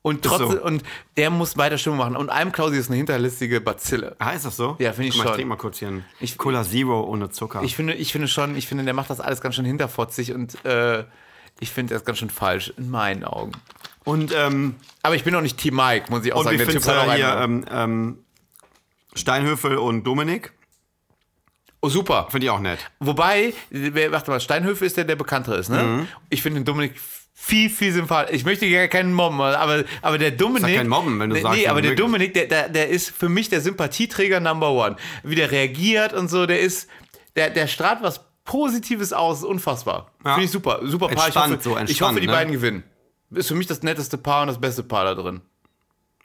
Speaker 2: und trotzdem,
Speaker 1: so.
Speaker 2: und der muss weiter Stimmung machen. Und einem Klausi ist eine hinterlistige Bazille.
Speaker 1: Ah, ist das so?
Speaker 2: Ja, finde ich
Speaker 1: Guck mal,
Speaker 2: schon.
Speaker 1: Ich trinke mal kurz hier einen
Speaker 2: Ich-
Speaker 1: Cola Zero ohne Zucker.
Speaker 2: Ich finde, ich finde schon, ich finde, der macht das alles ganz schön hinterfotzig und äh, ich finde das ganz schön falsch, in meinen Augen.
Speaker 1: und ähm,
Speaker 2: Aber ich bin auch nicht Team Mike, muss ich auch
Speaker 1: und
Speaker 2: sagen.
Speaker 1: wie findest du
Speaker 2: hat auch
Speaker 1: hier
Speaker 2: einen-
Speaker 1: ähm, ähm, Steinhöfel und Dominik?
Speaker 2: oh, super.
Speaker 1: Finde ich auch nett.
Speaker 2: Wobei, wer, warte mal, Steinhöfe ist der, der bekanntere ist, ne?
Speaker 1: Mhm.
Speaker 2: Ich finde den Dominik viel, viel sympathisch. Ich möchte gar keinen mobben, aber, aber der Dominik.
Speaker 1: kein Mobben, wenn du
Speaker 2: nee,
Speaker 1: sagst,
Speaker 2: Nee, aber der
Speaker 1: Dominik-
Speaker 2: Dominik, der, der, der ist für mich der Sympathieträger Number One. Wie der reagiert und so, der ist, der, der strahlt was Positives aus, unfassbar.
Speaker 1: Ja.
Speaker 2: Finde ich super, super Paar.
Speaker 1: Entspannt,
Speaker 2: ich hoffe,
Speaker 1: so
Speaker 2: ich
Speaker 1: entspannt,
Speaker 2: hoffe die
Speaker 1: ne?
Speaker 2: beiden gewinnen. Ist für mich das netteste Paar und das beste Paar da drin.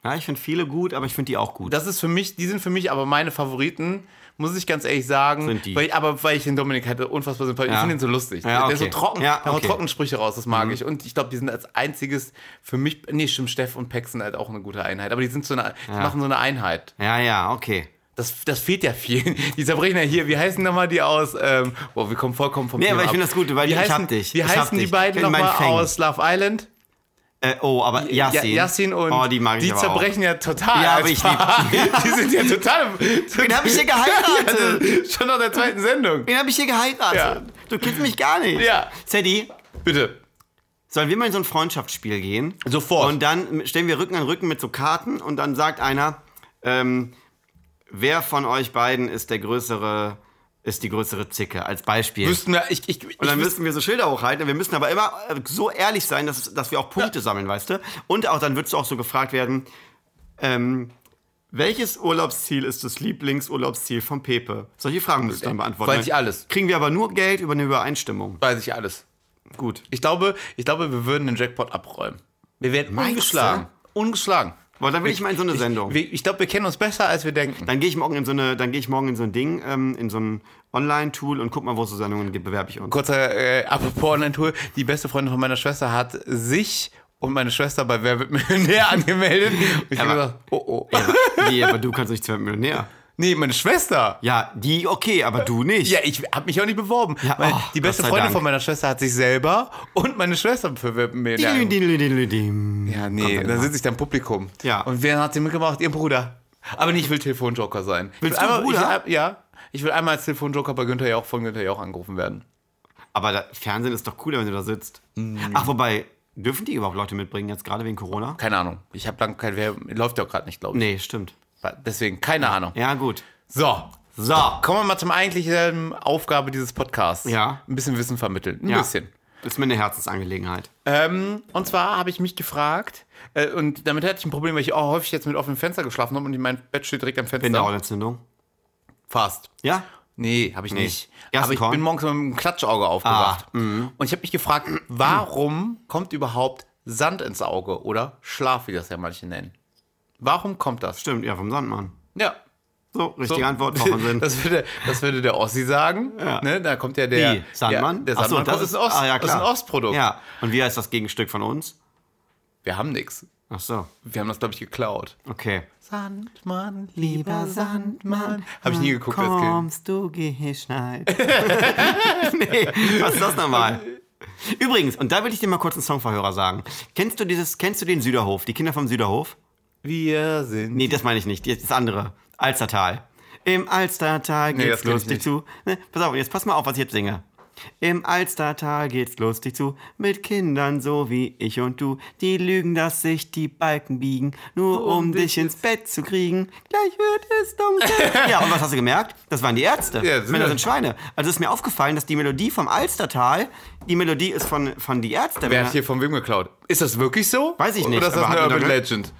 Speaker 1: Ja, ich finde viele gut, aber ich finde die auch gut.
Speaker 2: Das ist für mich, die sind für mich aber meine Favoriten, muss ich ganz ehrlich sagen.
Speaker 1: Sind die.
Speaker 2: Weil, aber weil ich den Dominik hatte, unfassbar sympathisch. Ich
Speaker 1: Ja.
Speaker 2: finde den so lustig.
Speaker 1: Ja,
Speaker 2: Der ist so
Speaker 1: okay.
Speaker 2: trocken.
Speaker 1: Ja,
Speaker 2: Der haut
Speaker 1: okay. Mhm.
Speaker 2: trocken Sprüche raus, das mag ich. Und ich glaube, die sind als einziges für mich, nee, stimmt, Steff und Peck sind halt auch eine gute Einheit. Aber die sind so eine, die machen so eine Einheit.
Speaker 1: ja, ja, okay.
Speaker 2: Das, das fehlt ja viel. Die Sabrina hier, wie heißen nochmal die aus? Ähm, boah, wir kommen vollkommen vom
Speaker 1: Nee, aber ich
Speaker 2: ab.
Speaker 1: finde das gut, weil
Speaker 2: wie
Speaker 1: ich
Speaker 2: heißen,
Speaker 1: hab dich.
Speaker 2: Wie
Speaker 1: Ich hab
Speaker 2: heißen die
Speaker 1: dich.
Speaker 2: beiden
Speaker 1: In meinen
Speaker 2: nochmal
Speaker 1: Fängen.
Speaker 2: aus Love Island?
Speaker 1: Äh, oh, aber Yassin.
Speaker 2: Ja, Yassin und
Speaker 1: oh, die mag ich aber auch.
Speaker 2: zerbrechen ja total.
Speaker 1: Ja,
Speaker 2: als
Speaker 1: aber ich
Speaker 2: Paar. Die sind ja total.
Speaker 1: Wen hab ich hier geheiratet?
Speaker 2: Schon nach der zweiten Sendung.
Speaker 1: Wen hab ich hier geheiratet?
Speaker 2: Ja.
Speaker 1: Du kennst mich gar nicht.
Speaker 2: Ja.
Speaker 1: Sadie,
Speaker 2: Bitte.
Speaker 1: sollen wir mal in so ein Freundschaftsspiel gehen?
Speaker 2: Sofort.
Speaker 1: Und dann stellen wir Rücken an Rücken mit so Karten und dann sagt einer, ähm, wer von euch beiden ist der größere, ist die größere Zicke, als Beispiel.
Speaker 2: Müssten wir, ich, ich, ich,
Speaker 1: und dann
Speaker 2: wüsste-
Speaker 1: müssten wir so Schilder hochhalten. Wir müssen aber immer äh, so ehrlich sein, dass, dass wir auch Punkte sammeln, weißt du? Und auch dann würdest du auch so gefragt werden, ähm, welches Urlaubsziel ist das Lieblingsurlaubsziel von Pepe? Solche Fragen müssen wir dann beantworten.
Speaker 2: Äh, Weiß ich alles.
Speaker 1: Kriegen wir aber nur Geld über eine Übereinstimmung.
Speaker 2: weiß ich alles.
Speaker 1: Gut.
Speaker 2: Ich glaube, ich glaube, wir würden den Jackpot abräumen. Wir werden
Speaker 1: Meinst
Speaker 2: ungeschlagen. Ungeschlagen.
Speaker 1: Weil dann will ich mal in so eine Sendung.
Speaker 2: Wir, ich glaube, wir kennen uns besser, als wir denken.
Speaker 1: Dann gehe ich morgen in so eine, dann gehe ich morgen in so ein Ding, ähm, in so ein Online-Tool und guck mal, wo es so Sendungen gibt, bewerbe ich uns.
Speaker 2: Kurzer äh, apropos Online-Tour. Die beste Freundin von meiner Schwester hat sich und meine Schwester bei Wer wird Millionär angemeldet. Und ich habe
Speaker 1: aber-
Speaker 2: gesagt, oh oh.
Speaker 1: nee, aber du kannst nicht zu einem Millionär.
Speaker 2: Nee, meine Schwester.
Speaker 1: Ja, die okay, aber du nicht.
Speaker 2: Ja, ich habe mich auch nicht beworben.
Speaker 1: Ja,
Speaker 2: Weil
Speaker 1: oh,
Speaker 2: die beste
Speaker 1: Gott sei
Speaker 2: Freundin
Speaker 1: Dank.
Speaker 2: von meiner Schwester hat sich selber und meine Schwester für Wer wird Millionär. angemeldet.
Speaker 1: Ja.
Speaker 2: Ja, nee, da sitze ich dann im Publikum.
Speaker 1: Ja.
Speaker 2: Und wer hat den mitgemacht? Ihr Bruder. Aber nee, ich will Telefonjoker sein. Ich
Speaker 1: Willst
Speaker 2: will
Speaker 1: du
Speaker 2: einmal,
Speaker 1: Bruder?
Speaker 2: Ich, will- ja. Ich will einmal als Telefonjoker bei Günther Jauch von Günther Jauch angerufen werden.
Speaker 1: Aber da, Fernsehen ist doch cooler, wenn du da sitzt. Ach, wobei, dürfen die überhaupt Leute mitbringen jetzt gerade wegen Corona?
Speaker 2: Keine Ahnung. Ich habe lang kein Wer läuft ja auch gerade nicht, glaube ich.
Speaker 1: Nee, stimmt.
Speaker 2: Deswegen keine Ahnung.
Speaker 1: Ja, gut.
Speaker 2: So,
Speaker 1: So.
Speaker 2: kommen wir mal zum eigentlichen Aufgabe dieses Podcasts.
Speaker 1: Ja.
Speaker 2: Ein bisschen Wissen vermitteln. Ein
Speaker 1: Ja.
Speaker 2: bisschen.
Speaker 1: Das ist mir eine Herzensangelegenheit.
Speaker 2: Ähm, und zwar habe ich mich gefragt, äh, und damit hatte ich ein Problem, weil ich auch häufig jetzt mit offenem Fenster geschlafen habe und mein Bett steht direkt am Fenster.
Speaker 1: In der Ohrenentzündung.
Speaker 2: Fast.
Speaker 1: Ja?
Speaker 2: Nee, habe ich nicht.
Speaker 1: Ersten
Speaker 2: Aber ich
Speaker 1: Korn? Ah. Mhm.
Speaker 2: bin morgens mit einem Klatschauge aufgewacht. und ich habe mich gefragt, warum kommt überhaupt Sand ins Auge oder Schlaf, wie das ja manche nennen? Warum kommt das?
Speaker 1: Stimmt, ja, vom Sandmann.
Speaker 2: Ja.
Speaker 1: So, richtige Antwort, Frau Sinn.
Speaker 2: Das würde, das würde der Ossi sagen. Ne? Da kommt ja der
Speaker 1: Die, Sandmann?
Speaker 2: Der, der
Speaker 1: Ach so,
Speaker 2: Sandmann kommt, ist, ein Ost,
Speaker 1: ah, ja,
Speaker 2: ist
Speaker 1: klar.
Speaker 2: ein Ostprodukt.
Speaker 1: Ja, und wie heißt das Gegenstück von uns?
Speaker 2: Wir haben nichts.
Speaker 1: Ach so,
Speaker 2: Wir haben das, glaube ich, geklaut.
Speaker 1: okay.
Speaker 2: Sandmann, lieber Sandmann. Habe ich nie geguckt als Kind.
Speaker 1: Kommst du geschneit. nee, was ist das nochmal? Übrigens, und da will ich dir mal kurz einen Songverhörer sagen. Kennst du dieses, kennst du den Süderhof, die Kinder vom Süderhof?
Speaker 2: Wir sind.
Speaker 1: Nee, das meine ich nicht. Jetzt das andere. Alstertal. Im Alstertal
Speaker 2: Nee,
Speaker 1: geht's
Speaker 2: das kenn ich
Speaker 1: lustig
Speaker 2: nicht.
Speaker 1: zu. Ne, pass auf, jetzt pass mal auf, was ich jetzt singe. Im Alstertal geht's lustig zu, mit Kindern so wie ich und du. Die lügen, dass sich die Balken biegen, nur um, dich ins Bett zu kriegen. Gleich wird es dunkel. ja, und was hast du gemerkt? Das waren die Ärzte.
Speaker 2: Ja, das
Speaker 1: Männer
Speaker 2: sind-
Speaker 1: sind Schweine. Also ist mir aufgefallen, dass die Melodie vom Alstertal, die Melodie ist von, von die Ärzte.
Speaker 2: Wer hat hier von wem geklaut? Ist das wirklich so?
Speaker 1: Weiß ich nicht,
Speaker 2: Oder ist das
Speaker 1: aber
Speaker 2: eine
Speaker 1: hat mir doch
Speaker 2: Urban
Speaker 1: ge-
Speaker 2: Legend?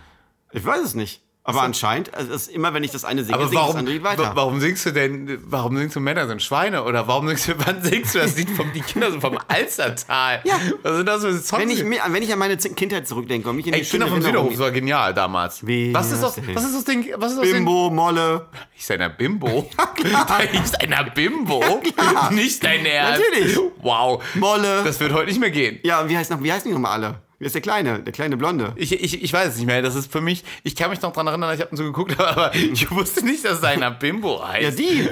Speaker 1: Ich weiß es nicht. Aber anscheinend, also es ist immer wenn ich das eine singe,
Speaker 2: Aber
Speaker 1: singe ich das
Speaker 2: warum,
Speaker 1: andere Lied
Speaker 2: wa-
Speaker 1: weiter.
Speaker 2: warum singst du denn, warum singst du Männer sind Schweine? Oder warum singst du, wann singst du das Lied vom, die Kinder sind vom Alstertal?
Speaker 1: Ja.
Speaker 2: Was sind das für Songs?
Speaker 1: Wenn ich, mir, wenn ich an meine Z- Kindheit zurückdenke und mich in
Speaker 2: Ey,
Speaker 1: die schöne
Speaker 2: Kinder vom
Speaker 1: Erinnerung...
Speaker 2: Süderhof war genial damals.
Speaker 1: Wie
Speaker 2: was ist das,
Speaker 1: das ist.
Speaker 2: was ist das Ding, was ist das Ding?
Speaker 1: Bimbo, Molle.
Speaker 2: Hieß einer Bimbo? da hieß einer Bimbo? nicht dein Ernst?
Speaker 1: Natürlich.
Speaker 2: Wow.
Speaker 1: Molle.
Speaker 2: Das wird heute nicht mehr gehen.
Speaker 1: ja, und wie heißen, noch, wie heißen die nochmal alle? Wie ist der Kleine? Der kleine Blonde.
Speaker 2: Ich, ich, ich weiß es nicht mehr. Das ist für mich, ich kann mich noch dran erinnern, ich habe so geguckt, aber ich wusste nicht, dass einer Bimbo heißt.
Speaker 1: Ja, die.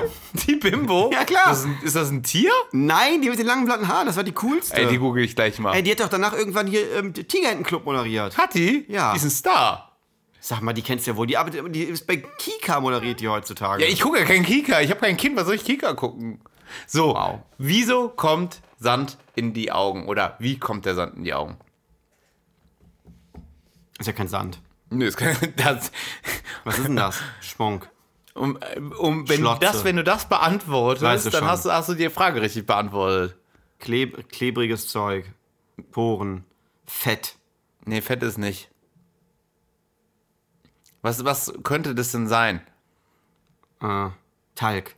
Speaker 2: Die Bimbo?
Speaker 1: Ja, klar.
Speaker 2: Das ist, ein- ist das ein Tier?
Speaker 1: Nein, die mit den langen blonden Haaren, das war die coolste.
Speaker 2: Ey, die google ich gleich mal.
Speaker 1: Ey, die hat doch danach irgendwann hier ähm, den Tigerentenclub moderiert.
Speaker 2: hat die?
Speaker 1: Ja.
Speaker 2: Die ist ein Star.
Speaker 1: Sag mal, die kennst du ja wohl. Die, arbeitet, die ist bei Kika moderiert die heutzutage.
Speaker 2: Ja, ich gucke ja keinen Kika. Ich habe kein Kind. Was soll ich Kika gucken? So,
Speaker 1: Wow.
Speaker 2: wieso kommt Sand in die Augen? Oder wie kommt der Sand in die Augen?
Speaker 1: ist ja kein Sand.
Speaker 2: Nö, das kann, das,
Speaker 1: Was ist denn das? Schmonk.
Speaker 2: um, um, wenn, du
Speaker 1: Schlotze.
Speaker 2: das, wenn du das beantwortest,
Speaker 1: Weißt du
Speaker 2: dann
Speaker 1: schon.
Speaker 2: hast du, hast du die Frage richtig beantwortet.
Speaker 1: Kleb, klebriges Zeug. Poren. Fett.
Speaker 2: Nee, Fett ist nicht. Was, was könnte das denn sein?
Speaker 1: Äh, Talg.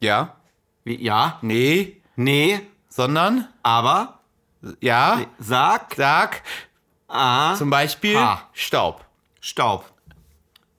Speaker 2: Ja?
Speaker 1: Wie, ja?
Speaker 2: Nee?
Speaker 1: Nee.
Speaker 2: Sondern?
Speaker 1: Aber?
Speaker 2: Ja?
Speaker 1: Sag.
Speaker 2: Sag
Speaker 1: Ah.
Speaker 2: zum Beispiel
Speaker 1: Ha.
Speaker 2: Staub.
Speaker 1: Staub.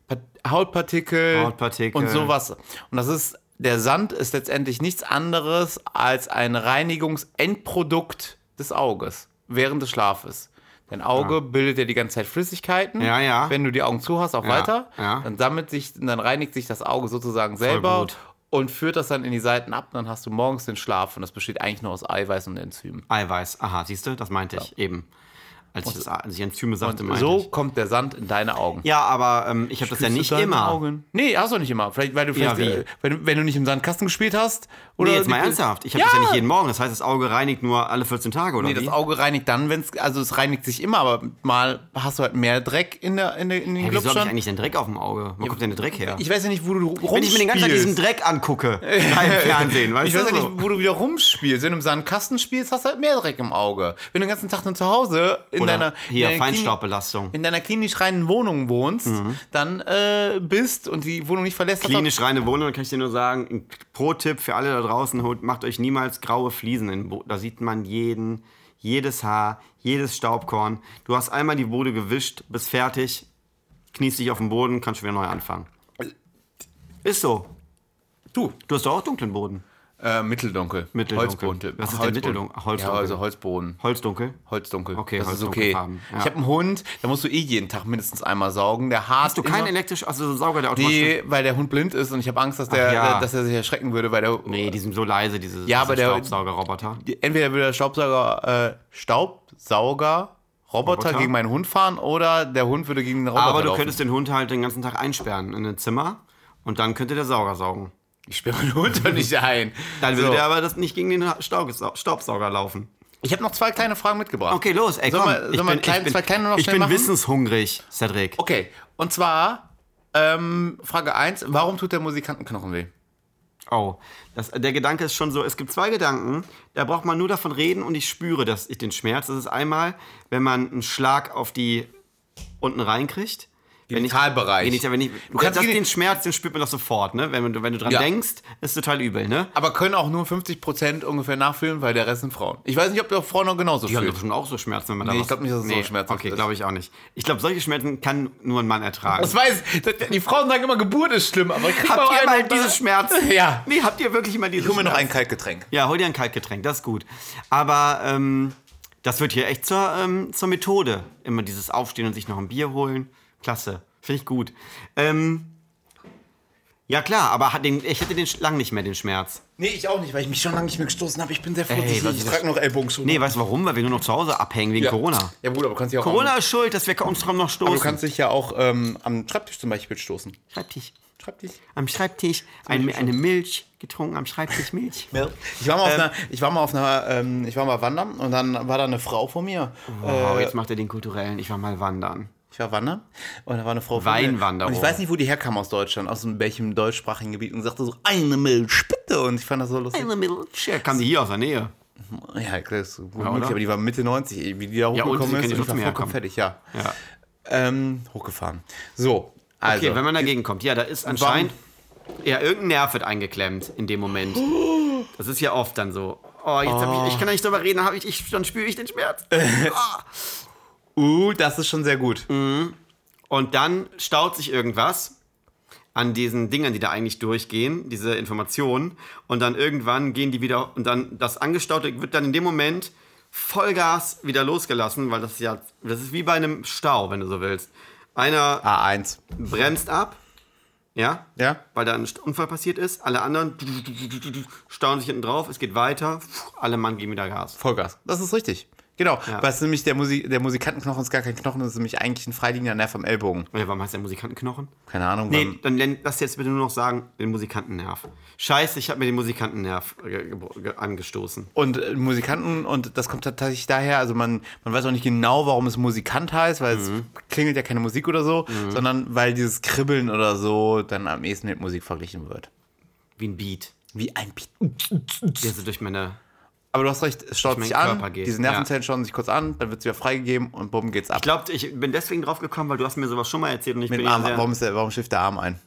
Speaker 2: Pa- Hautpartikel,
Speaker 1: Hautpartikel.
Speaker 2: und sowas. Und das ist, der Sand ist letztendlich nichts anderes als ein Reinigungsendprodukt des Auges während des Schlafes. Dein Auge bildet ja die ganze Zeit Flüssigkeiten.
Speaker 1: Ja, ja.
Speaker 2: Wenn du die Augen zu hast, auch weiter.
Speaker 1: ja.
Speaker 2: Dann sammelt sich, dann reinigt sich das Auge sozusagen selber
Speaker 1: gut.
Speaker 2: und führt das dann in die Seiten ab. Dann hast du morgens den Schlaf und das besteht eigentlich nur aus Eiweiß und Enzymen.
Speaker 1: Eiweiß. Aha, siehst du, das meinte ich eben. Als ich, das, als ich Enzyme sagte, meinte
Speaker 2: So
Speaker 1: ich.
Speaker 2: kommt der Sand in deine Augen.
Speaker 1: Ja, aber ähm, ich habe das ja
Speaker 2: Fühlst du
Speaker 1: nicht
Speaker 2: deine
Speaker 1: immer.
Speaker 2: Augen? Nee, hast du nicht immer. Vielleicht, weil du
Speaker 1: Ja,
Speaker 2: vielleicht,
Speaker 1: wie?
Speaker 2: äh, wenn, du- wenn du nicht im Sandkasten gespielt hast. Oder
Speaker 1: Nee, jetzt mal
Speaker 2: die-
Speaker 1: ernsthaft. Ich habe das ja nicht jeden Morgen. Das heißt, das Auge reinigt nur alle 14 Tage, oder
Speaker 2: Nee,
Speaker 1: wie?
Speaker 2: das Auge reinigt dann, wenn es, also es reinigt sich immer, aber mal hast du halt mehr Dreck in, der, in, der, in den
Speaker 1: Hey, wieso habe ich
Speaker 2: Glubschern.
Speaker 1: eigentlich den Dreck auf dem Auge? Wo kommt denn der Dreck her?
Speaker 2: Ich weiß ja nicht, wo du rumspielst.
Speaker 1: Wenn ich mir den ganzen Tag diesen Dreck angucke, da im Fernsehen, weißt
Speaker 2: ich
Speaker 1: du?
Speaker 2: weiß ja
Speaker 1: so.
Speaker 2: nicht, wo du wieder rumspielst. Wenn du im Sandkasten spielst, hast du halt mehr Dreck im Auge. Wenn du den ganzen Tag nur zu Hause in
Speaker 1: Oder
Speaker 2: deiner
Speaker 1: hier,
Speaker 2: in deiner
Speaker 1: Feinstaubbelastung.
Speaker 2: Klini- in deiner klinisch reinen Wohnung wohnst, dann äh, bist und die Wohnung nicht verlässt, hast du-
Speaker 1: Mhm. Klinisch reine Wohnung, dann kann ich dir nur sagen, ein Pro-Tipp für alle da draußen, holt- macht euch niemals graue Fliesen in den Boden. Da sieht man jeden, jedes Haar, jedes Staubkorn. Du hast einmal die Bude gewischt, bist fertig, kniest dich auf den Boden, kannst schon wieder neu anfangen. Ist so.
Speaker 2: du
Speaker 1: Du hast doch auch dunklen Boden.
Speaker 2: äh, mitteldunkel,
Speaker 1: Mitteldunkel.
Speaker 2: Holzboden.
Speaker 1: Was ist denn
Speaker 2: Holzboden.
Speaker 1: Mitteldunkel? Holzdunkel.
Speaker 2: Ja, also Holzboden.
Speaker 1: Holzdunkel?
Speaker 2: Holzdunkel.
Speaker 1: Okay,
Speaker 2: das ist okay.
Speaker 1: Holzdunkelfarben, ja.
Speaker 2: Ich habe einen Hund, da musst du eh jeden Tag mindestens einmal saugen. Der hart
Speaker 1: Hast du keinen elektrischen, also so einen Sauger, der automatisch...
Speaker 2: Nee, weil der Hund blind ist und ich habe Angst, dass der,
Speaker 1: Ach ja.
Speaker 2: äh, dass er sich erschrecken würde, weil der
Speaker 1: Nee, die sind so leise, diese
Speaker 2: Ja, aber
Speaker 1: diese
Speaker 2: der-
Speaker 1: Staubsaugerroboter.
Speaker 2: entweder würde der Staubsauger äh, Staubsauger Roboter,
Speaker 1: Roboter?
Speaker 2: gegen meinen Hund fahren oder der Hund würde gegen den Roboter
Speaker 1: Aber du
Speaker 2: laufen.
Speaker 1: könntest den Hund halt den ganzen Tag einsperren in ein Zimmer und dann könnte der Sauger saugen.
Speaker 2: ich sperre meinen Hund doch nicht ein.
Speaker 1: Dann
Speaker 2: So.
Speaker 1: würde der aber das nicht gegen den Staubsau- Staubsauger laufen.
Speaker 2: Ich habe noch zwei kleine Fragen mitgebracht.
Speaker 1: Okay, los, ey,
Speaker 2: Sollen
Speaker 1: komm.
Speaker 2: wir- sollen wir klein- zwei kleine noch
Speaker 1: ich
Speaker 2: schnell
Speaker 1: bin
Speaker 2: machen?
Speaker 1: wissenshungrig, Cedric.
Speaker 2: Okay, und zwar ähm, Frage 1, warum tut der Musikantenknochen weh?
Speaker 1: Oh, das, der Gedanke ist schon so, es gibt zwei Gedanken, da braucht man nur davon reden und ich spüre das, ich den Schmerz. Das ist einmal, wenn man einen Schlag auf die unten reinkriegt. Wenn ich-
Speaker 2: Genitalbereich.
Speaker 1: Wenn ich, wenn ich,
Speaker 2: Du kannst
Speaker 1: das,
Speaker 2: geni-
Speaker 1: den Schmerz, den spürt man doch sofort, ne? Wenn, du- wenn du dran
Speaker 2: Ja.
Speaker 1: denkst, ist total übel, ne?
Speaker 2: Aber können auch nur 50% ungefähr nachfühlen, weil der Rest sind Frauen. Ich weiß nicht, ob der Frauen noch genauso
Speaker 1: Die haben
Speaker 2: fühlen.
Speaker 1: doch schon auch so Schmerzen, wenn man da
Speaker 2: Nee, ich
Speaker 1: was-
Speaker 2: glaub nicht, dass es so schmerzhaft
Speaker 1: Okay,
Speaker 2: ist. Also
Speaker 1: glaube ich auch nicht. Ich glaube, solche Schmerzen kann nur ein Mann ertragen.
Speaker 2: Das weiß, das- die Frauen sagen immer, Geburt ist schlimm, aber kriegt
Speaker 1: habt ihr
Speaker 2: einen
Speaker 1: mal
Speaker 2: und-
Speaker 1: diese Schmerzen?
Speaker 2: Ja.
Speaker 1: Nee, habt ihr wirklich mal diese
Speaker 2: Hol mir noch
Speaker 1: Schmerzen?
Speaker 2: ein Kaltgetränk.
Speaker 1: Ja, hol dir ein Kaltgetränk, das ist gut. Aber ähm, das wird hier echt zur, ähm, zur Methode. Immer dieses Aufstehen und sich noch ein Bier holen. Klasse, finde ich gut. Ähm, ja klar, aber hat den, ich hätte den lang nicht mehr den Schmerz.
Speaker 2: Nee, ich auch nicht, weil ich mich schon lange nicht mehr gestoßen habe. Ich bin sehr froh,
Speaker 1: Ey, was ist das?
Speaker 2: trag noch Ellbogenschuhe.
Speaker 1: Nee, weißt du warum? Weil wir nur noch zu Hause abhängen wegen
Speaker 2: ja.
Speaker 1: Corona.
Speaker 2: Ja, gut, aber du kannst dich auch
Speaker 1: Corona
Speaker 2: am,
Speaker 1: ist schuld, dass wir uns kaum noch
Speaker 2: aber
Speaker 1: stoßen.
Speaker 2: du kannst dich ja auch ähm, am Schreibtisch zum Beispiel stoßen.
Speaker 1: Schreibtisch.
Speaker 2: Schreibtisch.
Speaker 1: Am Schreibtisch ein, eine Milch getrunken, am Schreibtisch Milch.
Speaker 2: Ich war mal
Speaker 1: Ähm.
Speaker 2: auf einer, ich war mal auf einer, ähm, ich war mal wandern und dann war da eine Frau vor mir.
Speaker 1: Oh, jetzt macht er den kulturellen. Ich war mal wandern.
Speaker 2: Ich war wandern und da war eine Frau vor
Speaker 1: Weinwanderung.
Speaker 2: mir. Und ich weiß nicht, wo die herkam aus Deutschland, aus welchem deutschsprachigen Gebiet und sagte so, eine Milch, bitte. Und ich fand das so lustig.
Speaker 1: Ja, kam die hier aus der Nähe.
Speaker 2: Ja, das ist gut
Speaker 1: oder?
Speaker 2: möglich, aber die war Mitte 90, ey, wie die da
Speaker 1: Ja, und sie
Speaker 2: hochgekommen
Speaker 1: können
Speaker 2: ist.
Speaker 1: ja
Speaker 2: Und ich war
Speaker 1: trotzdem
Speaker 2: vollkommen
Speaker 1: herkommen.
Speaker 2: fertig, ja.
Speaker 1: Ja.
Speaker 2: Ähm, hochgefahren. So, also.
Speaker 1: Okay, wenn man dagegen kommt. Ja, da ist anscheinend ja irgendein Nerv wird eingeklemmt in dem Moment. Das ist ja oft dann so. Oh, jetzt hab ich, ich kann da nicht drüber reden, hab ich, ich, dann spüre ich den Schmerz.
Speaker 2: uh, das ist schon sehr gut.
Speaker 1: Mhm. Und dann staut sich irgendwas an diesen Dingern, die da eigentlich durchgehen, diese Informationen. Und dann irgendwann gehen die wieder und dann das Angestaute wird dann in dem Moment Vollgas wieder losgelassen, weil das ja, das ist wie bei einem Stau, wenn du so willst. Einer
Speaker 2: A1.
Speaker 1: bremst ab, ja,
Speaker 2: Ja?
Speaker 1: weil da ein Unfall passiert ist. Alle anderen stauen sich hinten drauf, es geht weiter, Puh, alle Mann geben wieder Gas.
Speaker 2: Vollgas. Das ist richtig. Genau.
Speaker 1: Ja.
Speaker 2: Was nämlich der, Musik, der Musikantenknochen ist gar kein Knochen, das ist nämlich eigentlich ein freiliegender Nerv am Ellbogen.
Speaker 1: Ja, warum heißt der Musikantenknochen?
Speaker 2: Keine Ahnung.
Speaker 1: Nee,
Speaker 2: beim-
Speaker 1: dann nenn- lass jetzt bitte nur noch sagen, den Musikantennerv. Scheiße, ich habe mir den Musikantennerv ge- ge- ge- angestoßen.
Speaker 2: Und äh, Musikanten, und das kommt tatsächlich daher, also man, man weiß auch nicht genau, warum es Musikant heißt, weil
Speaker 1: Mhm.
Speaker 2: es klingelt ja keine Musik oder so, sondern weil dieses Kribbeln oder so dann am ehesten mit Musik verglichen wird.
Speaker 1: Wie ein Beat,
Speaker 2: Wie ein Beat.
Speaker 1: der so durch meine.
Speaker 2: Aber du hast recht, es staut
Speaker 1: Durch
Speaker 2: sich
Speaker 1: meinen
Speaker 2: an,
Speaker 1: Körper geht,
Speaker 2: diese Nervenzellen stauen sich kurz an, dann wird es wieder freigegeben und bumm geht's ab.
Speaker 1: Ich glaube, ich bin deswegen drauf gekommen, weil du hast mir sowas schon mal erzählt und ich
Speaker 2: Mit
Speaker 1: bin
Speaker 2: dem
Speaker 1: ja
Speaker 2: Arm,
Speaker 1: sehr,
Speaker 2: warum, ist der, warum schifft der Arm ein?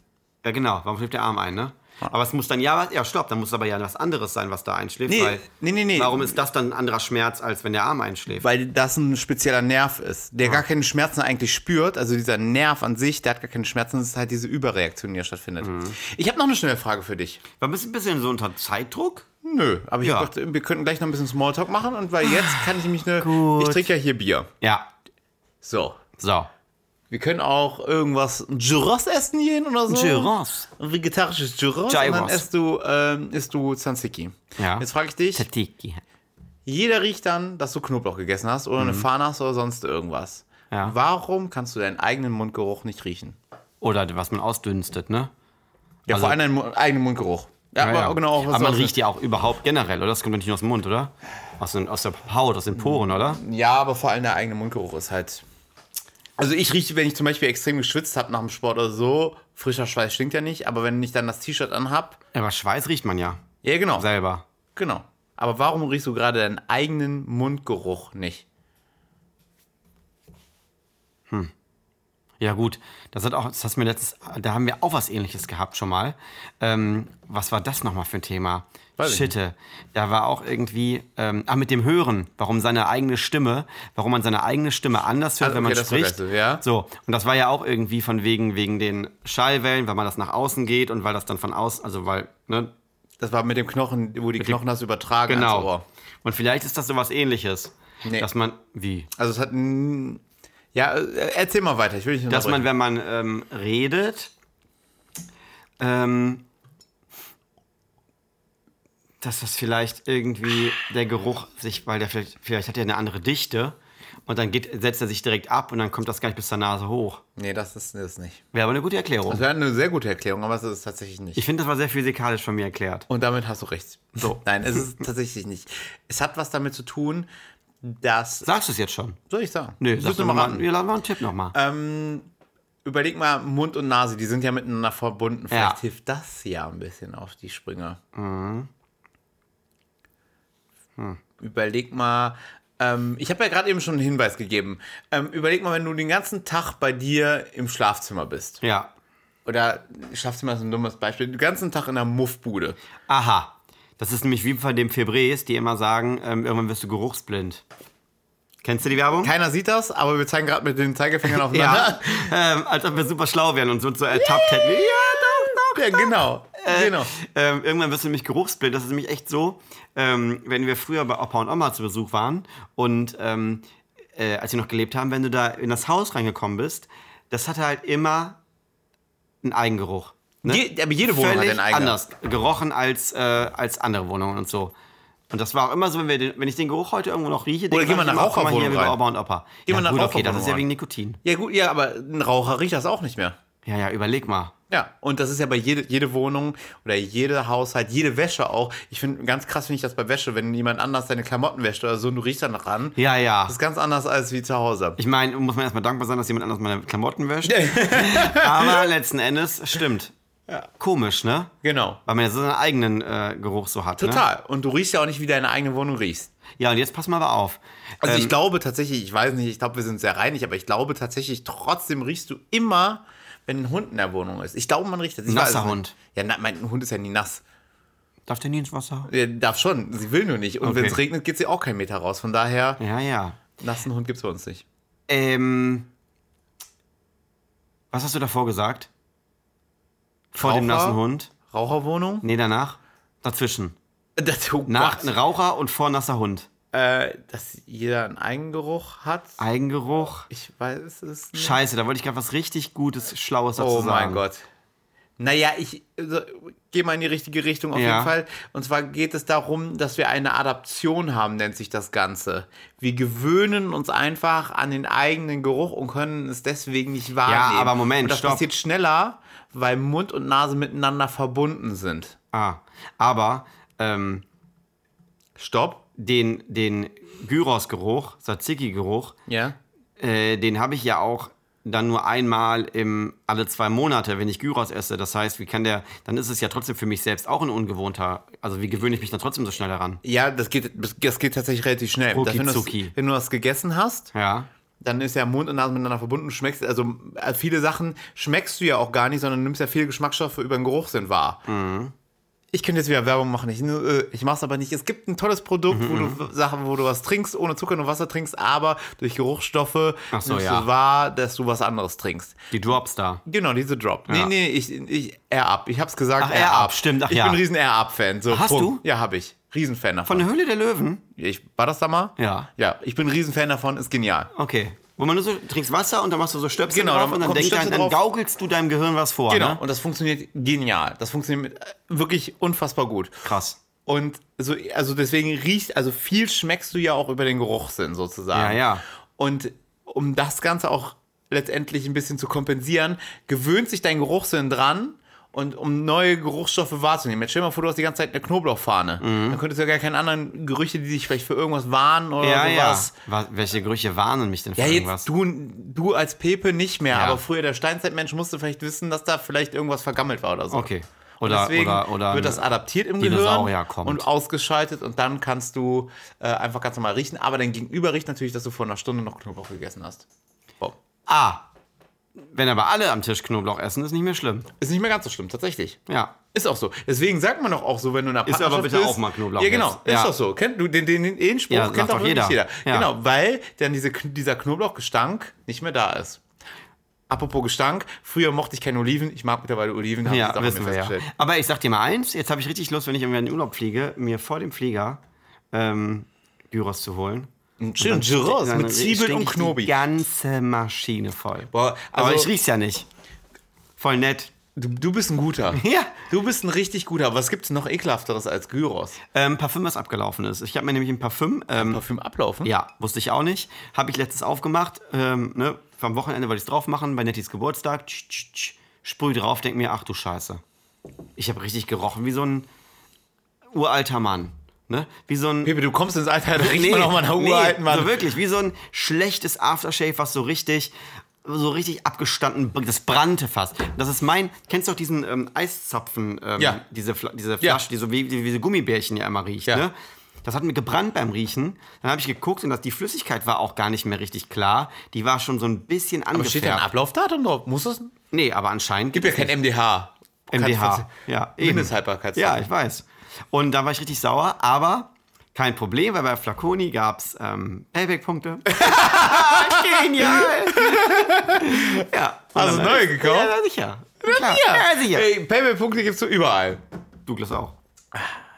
Speaker 1: Ja, genau, warum schläft der Arm ein, ne? Aber es muss dann ja, was- ja, stopp, dann muss aber ja was anderes sein, was da einschläft.
Speaker 2: Nee,
Speaker 1: weil,
Speaker 2: nee, nee, nee.
Speaker 1: Warum ist das dann ein anderer Schmerz, als wenn der Arm einschläft?
Speaker 2: Weil das ein spezieller Nerv ist,
Speaker 1: Ah.
Speaker 2: der gar keine Schmerzen eigentlich spürt. Also dieser Nerv an sich, der hat gar keine Schmerzen, es ist halt diese Überreaktion, die da stattfindet.
Speaker 1: Mhm.
Speaker 2: Ich habe noch eine schnelle Frage für dich.
Speaker 1: War ein bisschen- bisschen so unter Zeitdruck?
Speaker 2: Nö, aber ich
Speaker 1: Ja. Ah,
Speaker 2: dachte, wir könnten gleich noch ein bisschen Smalltalk machen und weil jetzt kann ich mich ne. Ich trinke ja hier Bier.
Speaker 1: Ja.
Speaker 2: So.
Speaker 1: So.
Speaker 2: Wir können auch irgendwas ein Gyros essen gehen oder so.
Speaker 1: Gyros.
Speaker 2: Ein vegetarisches Gyros. Und dann
Speaker 1: Gyros.
Speaker 2: isst du, ähm, isst du Tzatziki.
Speaker 1: Ja.
Speaker 2: Jetzt frage ich dich,
Speaker 1: Tatiki.
Speaker 2: jeder riecht dann, dass du Knoblauch gegessen hast oder eine Fahne hast oder sonst irgendwas.
Speaker 1: Mhm. Ja.
Speaker 2: Warum kannst du deinen eigenen Mundgeruch nicht riechen?
Speaker 1: Oder was man ausdünstet, ne?
Speaker 2: Ja,
Speaker 1: Also-
Speaker 2: vor allem deinen Mu- eigenen Mundgeruch. Ja,
Speaker 1: Ja,
Speaker 2: aber
Speaker 1: ja.
Speaker 2: genau. was
Speaker 1: aber
Speaker 2: du
Speaker 1: man
Speaker 2: hast.
Speaker 1: riecht ja auch überhaupt generell, oder? Das kommt doch nicht nur aus dem Mund, oder? Aus, den, aus der Haut, aus den Poren, oder?
Speaker 2: Ja, aber vor allem der eigene Mundgeruch ist halt. Also ich rieche, wenn ich zum Beispiel extrem geschwitzt habe nach dem Sport oder so, frischer Schweiß stinkt ja nicht, aber wenn ich dann das T-Shirt anhab,
Speaker 1: Aber Schweiß riecht man ja
Speaker 2: ja genau,
Speaker 1: selber.
Speaker 2: genau. Aber warum riechst du gerade deinen eigenen Mundgeruch nicht?
Speaker 1: Ja, gut. Das hat auch, das hast du mir letztens, da haben wir auch was ähnliches gehabt schon mal. Ähm, was war das nochmal für ein Thema?
Speaker 2: Weiß ich
Speaker 1: Schitte. Da war auch irgendwie, ähm, ach, mit dem Hören, warum seine eigene Stimme, warum man seine eigene Stimme anders hört,
Speaker 2: Ah,
Speaker 1: wenn man
Speaker 2: okay, das
Speaker 1: spricht.
Speaker 2: vergesse, ja.
Speaker 1: So, und das war ja auch irgendwie von wegen, wegen den Schallwellen, weil man das nach außen geht und weil das dann von außen, also weil, ne,
Speaker 2: Das war mit dem Knochen, wo die Knochen das übertragen.
Speaker 1: Genau.
Speaker 2: ans Ohr.
Speaker 1: Und vielleicht ist das sowas ähnliches.
Speaker 2: Nee.
Speaker 1: Dass man, wie?
Speaker 2: Also es hat. n- Ja, äh, erzähl mal weiter. Ich will nicht
Speaker 1: Dass man,
Speaker 2: unterbrechen.
Speaker 1: wenn man ähm, redet, ähm, dass das vielleicht irgendwie der Geruch sich, weil der vielleicht, vielleicht hat er eine andere Dichte und dann geht, setzt er sich direkt ab und dann kommt das gar nicht bis zur Nase hoch.
Speaker 2: Nee, das ist das nicht.
Speaker 1: Wäre aber eine gute
Speaker 2: Das
Speaker 1: Erklärung.
Speaker 2: wäre eine sehr gute Erklärung, aber es ist es tatsächlich nicht.
Speaker 1: Ich finde, das war sehr physikalisch von mir erklärt.
Speaker 2: Und damit hast du recht. So. Nein, es ist tatsächlich nicht. Es hat was damit zu tun, dass.
Speaker 1: Sagst du es jetzt schon?
Speaker 2: Soll ich sagen?
Speaker 1: Nee,
Speaker 2: Müssen
Speaker 1: sag
Speaker 2: wir
Speaker 1: doch
Speaker 2: mal
Speaker 1: mal,
Speaker 2: raten.
Speaker 1: wir laden mal einen Tipp nochmal.
Speaker 2: Überleg mal, Mund und Nase, die sind ja miteinander verbunden. Vielleicht
Speaker 1: Ja.
Speaker 2: hilft das ja ein bisschen auf die Sprünge. Mhm. Hm. Überleg mal. Ähm, ich habe ja gerade eben schon einen Hinweis gegeben. Ähm, überleg mal, wenn du den ganzen Tag bei dir im Schlafzimmer bist.
Speaker 1: ja.
Speaker 2: Oder Schlafzimmer ist ein dummes Beispiel. Den ganzen Tag in der Muffbude.
Speaker 1: Aha. Das ist nämlich wie von dem Febrés, die immer sagen, ähm, irgendwann wirst du geruchsblind. Kennst du die Werbung?
Speaker 2: Keiner sieht das, aber wir zeigen gerade mit den Zeigefingern aufeinander.
Speaker 1: ähm, als ob wir super schlau wären und so, so ertappt hätten. Ja, doch, doch.
Speaker 2: Ja, genau. genau.
Speaker 1: Ähm, irgendwann wirst du nämlich geruchsblind. Das ist nämlich echt so, ähm, wenn wir früher bei Opa und Oma zu Besuch waren und ähm, äh, als sie noch gelebt haben, wenn du da in das Haus reingekommen bist, das hatte halt immer einen Eigengeruch. Ne?
Speaker 2: Je, aber jede Wohnung hat
Speaker 1: völlig
Speaker 2: einen eigenen.
Speaker 1: anders gerochen als, äh, als andere Wohnungen und so. Und das war auch immer so, wenn, wir den, wenn ich den Geruch heute irgendwo noch rieche, denke
Speaker 2: gehen wir
Speaker 1: ich
Speaker 2: nach
Speaker 1: immer, guck mal hier
Speaker 2: Raucherwohnung
Speaker 1: wie bei
Speaker 2: rein.
Speaker 1: Opa und Opa.
Speaker 2: Gehen wir nach
Speaker 1: ja, gut, okay, das
Speaker 2: Raucherwohnung
Speaker 1: ist ja
Speaker 2: rein.
Speaker 1: wegen Nikotin.
Speaker 2: Ja, gut, ja, aber ein Raucher riecht das auch nicht mehr.
Speaker 1: Ja, ja, überleg mal.
Speaker 2: Ja, und das ist ja bei jede, jede Wohnung oder jede Haushalt, jede Wäsche auch. Ich finde, ganz krass finde ich das bei Wäsche, wenn jemand anders deine Klamotten wäscht oder so und du riechst dann ran.
Speaker 1: Ja, ja.
Speaker 2: Das ist ganz anders als wie zu Hause.
Speaker 1: Ich meine, muss man erstmal dankbar sein, dass jemand anders meine Klamotten wäscht. Aber letzten Endes stimmt. Komisch, ne?
Speaker 2: Genau.
Speaker 1: Weil man ja so seinen eigenen äh, Geruch so hat. Ne?
Speaker 2: Total. Und du riechst ja auch nicht, wie deine eigene Wohnung riechst.
Speaker 1: Ja, und jetzt pass mal aber auf.
Speaker 2: Also
Speaker 1: Ähm.
Speaker 2: ich glaube tatsächlich, ich weiß nicht, ich glaube, wir sind sehr reinig, aber ich glaube tatsächlich, trotzdem riechst du immer, wenn ein Hund in der Wohnung ist. Ich glaube, man riecht das. Ich
Speaker 1: Nasser
Speaker 2: weiß es nicht.
Speaker 1: Hund.
Speaker 2: Ja, na, mein Hund ist ja nie nass.
Speaker 1: Darf der nie ins Wasser?
Speaker 2: Der darf schon, sie will nur nicht. Und
Speaker 1: Okay.
Speaker 2: wenn es regnet, geht sie auch keinen Meter raus. Von daher,
Speaker 1: Ja, ja.
Speaker 2: nassen Hund gibt es bei uns nicht.
Speaker 1: Ähm, was hast du davor gesagt? Vor dem
Speaker 2: Raucher?
Speaker 1: nassen Hund?
Speaker 2: Raucherwohnung?
Speaker 1: Nee, danach? Dazwischen.
Speaker 2: Das, oh
Speaker 1: Nach
Speaker 2: Gott.
Speaker 1: Raucher und vor nasser Hund.
Speaker 2: Äh, dass jeder einen Eigengeruch hat.
Speaker 1: Eigengeruch.
Speaker 2: Ich weiß es nicht.
Speaker 1: Scheiße, da wollte ich gerade was richtig Gutes, Schlaues dazu
Speaker 2: Oh
Speaker 1: sagen.
Speaker 2: mein Gott. Naja, ich also, gehe mal in die richtige Richtung auf
Speaker 1: Ja.
Speaker 2: jeden Fall. Und zwar geht es darum, dass wir eine Adaption haben, nennt sich das Ganze. Wir gewöhnen uns einfach an den eigenen Geruch und können es deswegen nicht wahrnehmen.
Speaker 1: aber Moment,
Speaker 2: und das
Speaker 1: stopp.
Speaker 2: passiert schneller, weil Mund und Nase miteinander verbunden sind.
Speaker 1: Ah, aber ähm,
Speaker 2: Stopp.
Speaker 1: den, den Gyros-Geruch, Tzatziki-Geruch,
Speaker 2: Ja.
Speaker 1: äh, den habe ich ja auch dann nur einmal im, alle zwei Monate, wenn ich Gyros esse. Das heißt, wie kann der, dann ist es ja trotzdem für mich selbst auch ein ungewohnter, also wie gewöhne ich mich dann trotzdem so schnell daran?
Speaker 2: Ja, das geht, das geht tatsächlich relativ schnell.
Speaker 1: Rucki
Speaker 2: Dass, wenn, du das,
Speaker 1: zucki.
Speaker 2: wenn du das gegessen hast,
Speaker 1: Ja.
Speaker 2: dann ist ja Mund und Nase miteinander verbunden. Schmeckst, also äh, viele Sachen schmeckst du ja auch gar nicht, sondern nimmst ja viele Geschmacksstoffe über den Geruchssinn wahr.
Speaker 1: Mhm.
Speaker 2: Ich könnte jetzt wieder Werbung machen. Ich, äh, ich mach's aber nicht. Es gibt ein tolles Produkt,
Speaker 1: Mhm,
Speaker 2: wo du Sachen, wo du was trinkst, ohne Zucker nur Wasser trinkst, aber durch Geruchsstoffe
Speaker 1: so,
Speaker 2: nimmst
Speaker 1: ja.
Speaker 2: du wahr, dass du was anderes trinkst.
Speaker 1: Die Drops da.
Speaker 2: Genau, diese Drop.
Speaker 1: Ja.
Speaker 2: Nee, nee, ich, ich Air Up. Ich hab's gesagt,
Speaker 1: Ach, Air Up, stimmt, ach
Speaker 2: ich
Speaker 1: ja.
Speaker 2: bin ein riesen Air Up-Fan. So,
Speaker 1: Hast
Speaker 2: Punkt. Ja, hab ich. Riesenfan davon.
Speaker 1: Von der Höhle der Löwen?
Speaker 2: ich, war das da mal?
Speaker 1: Ja.
Speaker 2: Ja, ich bin ein Riesenfan davon, ist genial.
Speaker 1: Okay. Wo man nur so trinkst Wasser und dann machst du so Stöpsel
Speaker 2: Genau,
Speaker 1: drauf
Speaker 2: dann
Speaker 1: und dann,
Speaker 2: kommt
Speaker 1: denkt
Speaker 2: Stöpsel
Speaker 1: dein, dann
Speaker 2: drauf.
Speaker 1: gaukelst du deinem Gehirn was vor.
Speaker 2: Genau.
Speaker 1: Ne?
Speaker 2: Und das funktioniert genial. Das funktioniert mit, äh, wirklich unfassbar gut.
Speaker 1: Krass.
Speaker 2: Und so, also deswegen riecht, also viel schmeckst du ja auch über den Geruchssinn sozusagen.
Speaker 1: Ja, ja.
Speaker 2: Und um das Ganze auch letztendlich ein bisschen zu kompensieren, gewöhnt sich dein Geruchssinn dran und um neue Geruchsstoffe wahrzunehmen. Jetzt stell dir mal vor, du hast die ganze Zeit eine Knoblauchfahne.
Speaker 1: Mhm.
Speaker 2: Dann könntest du ja gar keine anderen Gerüche, die dich vielleicht für irgendwas warnen oder
Speaker 1: Ja, ja. Also
Speaker 2: sowas.
Speaker 1: Was, welche Gerüche warnen mich denn für
Speaker 2: Ja,
Speaker 1: irgendwas?
Speaker 2: jetzt du, du als Pepe nicht mehr,
Speaker 1: Ja.
Speaker 2: aber früher der Steinzeitmensch musste vielleicht wissen, dass da vielleicht irgendwas vergammelt war oder so.
Speaker 1: Okay. Oder,
Speaker 2: Deswegen
Speaker 1: oder, oder
Speaker 2: wird das adaptiert im
Speaker 1: Dinosaurier
Speaker 2: Gehirn
Speaker 1: kommt.
Speaker 2: und ausgeschaltet und dann kannst du äh, einfach ganz normal riechen. Aber dein Gegenüber riecht natürlich, dass du vor einer Stunde noch Knoblauch gegessen hast. Wow.
Speaker 1: Ah. Wenn aber alle am Tisch Knoblauch essen, ist nicht mehr schlimm.
Speaker 2: Ist nicht mehr ganz so schlimm, tatsächlich.
Speaker 1: Ja.
Speaker 2: Ist auch so. Deswegen sagt man doch auch so, wenn du in einer
Speaker 1: Ist aber
Speaker 2: Partnerschaft
Speaker 1: bitte
Speaker 2: bist,
Speaker 1: auch mal Knoblauch
Speaker 2: Ja, genau.
Speaker 1: jetzt. Ja.
Speaker 2: Ist doch so. Kennt du den, den, den, den Spruch?
Speaker 1: Ja,
Speaker 2: kennt
Speaker 1: sagt
Speaker 2: doch
Speaker 1: doch
Speaker 2: wirklich
Speaker 1: jeder.
Speaker 2: jeder.
Speaker 1: Ja.
Speaker 2: Genau, weil dann diese, dieser Knoblauchgestank nicht mehr da ist. Apropos Gestank, früher mochte ich keine Oliven, ich mag mittlerweile Oliven, habe ich jetzt
Speaker 1: Ja,
Speaker 2: auch
Speaker 1: wissen
Speaker 2: an mir
Speaker 1: wir ja.
Speaker 2: festgestellt.
Speaker 1: Aber ich sag dir mal eins, jetzt habe ich richtig Lust, wenn ich irgendwie in den Urlaub fliege, mir vor dem Flieger ähm, Gyros zu holen.
Speaker 2: Ein Schön, Gyros
Speaker 1: Dann
Speaker 2: mit Zwiebeln
Speaker 1: stink
Speaker 2: und
Speaker 1: ich Die
Speaker 2: Knobi.
Speaker 1: ganze Maschine voll.
Speaker 2: Boah, also
Speaker 1: Aber ich riech's ja nicht. Voll nett.
Speaker 2: du, du bist ein guter.
Speaker 1: Ja.
Speaker 2: Du bist ein richtig guter. Was gibt's noch ekelhafteres als Gyros?
Speaker 1: Ähm, Parfüm, was abgelaufen ist. Ich habe mir nämlich ein Parfüm, ähm,
Speaker 2: Parfüm ablaufen?
Speaker 1: ja, wusste ich auch nicht, habe ich letztens aufgemacht, ähm, ne, am Wochenende wollte ich drauf machen, bei Nettis Geburtstag, tsch, tsch, tsch, sprüh drauf, denk mir, ach du Scheiße. Ich habe richtig gerochen wie so ein uralter Mann. Ne? Wie so ein
Speaker 2: Pepe, du kommst ins Alter, da riecht man noch mal nach
Speaker 1: nee,
Speaker 2: uralten Mann.
Speaker 1: So wirklich, wie so ein schlechtes Aftershave, was so richtig, so richtig abgestanden, das brannte fast. Das ist mein, kennst du auch diesen ähm, Eiszapfen, ähm,
Speaker 2: Ja.
Speaker 1: diese, Fla diese
Speaker 2: Ja.
Speaker 1: Flasche, die so wie, wie diese Gummibärchen ja immer riecht,
Speaker 2: Ja.
Speaker 1: ne? Das hat mir gebrannt beim Riechen. Dann habe ich geguckt und das, die Flüssigkeit war auch gar nicht mehr richtig klar. Die war schon so ein bisschen
Speaker 2: Aber steht da ein
Speaker 1: angefärbt.
Speaker 2: Ablaufdatum drauf? Muss das?
Speaker 1: nee, aber anscheinend
Speaker 2: Gibt ja kein MDH.
Speaker 1: MDH.
Speaker 2: Kannst-
Speaker 1: Ja,
Speaker 2: halt Mindesthaltbarkeitszeit.
Speaker 1: Ja, ich weiß. Und da war ich richtig sauer, aber kein Problem, weil bei Flaconi gab es ähm, Payback-Punkte. Genial! ja. und
Speaker 2: Hast du
Speaker 1: dann-
Speaker 2: neue gekauft?
Speaker 1: Ja, sicher. Klar. Ja, sicher.
Speaker 2: Ey, Paypal-Punkte gibst du überall.
Speaker 1: Douglas auch.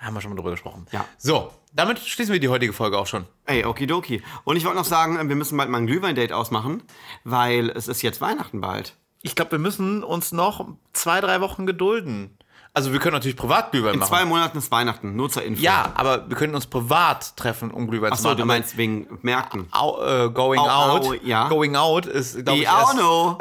Speaker 2: Haben wir schon mal drüber gesprochen.
Speaker 1: Ja.
Speaker 2: So, damit schließen wir die heutige Folge auch schon.
Speaker 1: Ey, okidoki. Und ich wollte noch sagen, äh, wir müssen bald mal ein Glühwein-Date ausmachen, weil es ist jetzt Weihnachten bald.
Speaker 2: Ich glaube, wir müssen uns noch zwei, drei Wochen gedulden. Also wir können natürlich privat Glühwein
Speaker 1: In
Speaker 2: machen.
Speaker 1: zwei Monaten ist Weihnachten, nur zur Info.
Speaker 2: ja, aber wir können uns privat treffen, um Glühwein zu
Speaker 1: Achso,
Speaker 2: machen.
Speaker 1: du
Speaker 2: aber
Speaker 1: meinst wegen Märkten.
Speaker 2: au, äh, going
Speaker 1: Au-
Speaker 2: out.
Speaker 1: au, ja.
Speaker 2: Going out ist, glaube ich,
Speaker 1: I don't
Speaker 2: erst,
Speaker 1: know.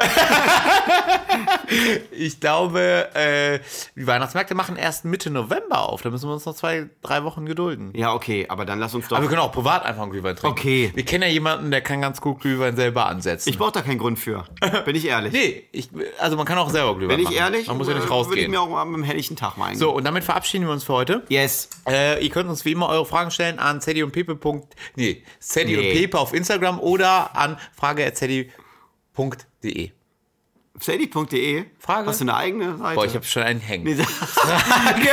Speaker 2: ich glaube, äh, die Weihnachtsmärkte machen erst Mitte November auf. Da müssen wir uns noch zwei, drei Wochen gedulden.
Speaker 1: Ja, okay, aber dann lass uns doch.
Speaker 2: Aber wir können auch privat einfach einen Glühwein trinken.
Speaker 1: Okay.
Speaker 2: Wir kennen ja jemanden, der kann ganz gut Glühwein selber ansetzen.
Speaker 1: Ich brauche da keinen Grund für. Bin ich ehrlich.
Speaker 2: nee, ich, also man kann auch selber Glühwein
Speaker 1: Bin ich
Speaker 2: machen.
Speaker 1: ehrlich?
Speaker 2: Man muss ja
Speaker 1: äh,
Speaker 2: nicht
Speaker 1: Würde ich
Speaker 2: rausgehen.
Speaker 1: mir auch mal am helllichen Tag meinen.
Speaker 2: So, und damit verabschieden wir uns für heute.
Speaker 1: Yes.
Speaker 2: Äh, ihr könnt uns wie immer eure Fragen stellen an Sadie und Pepe. Punkt- Nee, Sadie
Speaker 1: Nee.
Speaker 2: und Pepe auf Instagram oder an frage.sadie.de.
Speaker 1: Sadie.de.
Speaker 2: Frage?
Speaker 1: Hast du eine eigene Seite?
Speaker 2: Boah, ich habe schon einen hängen.
Speaker 1: Nee,
Speaker 2: Frage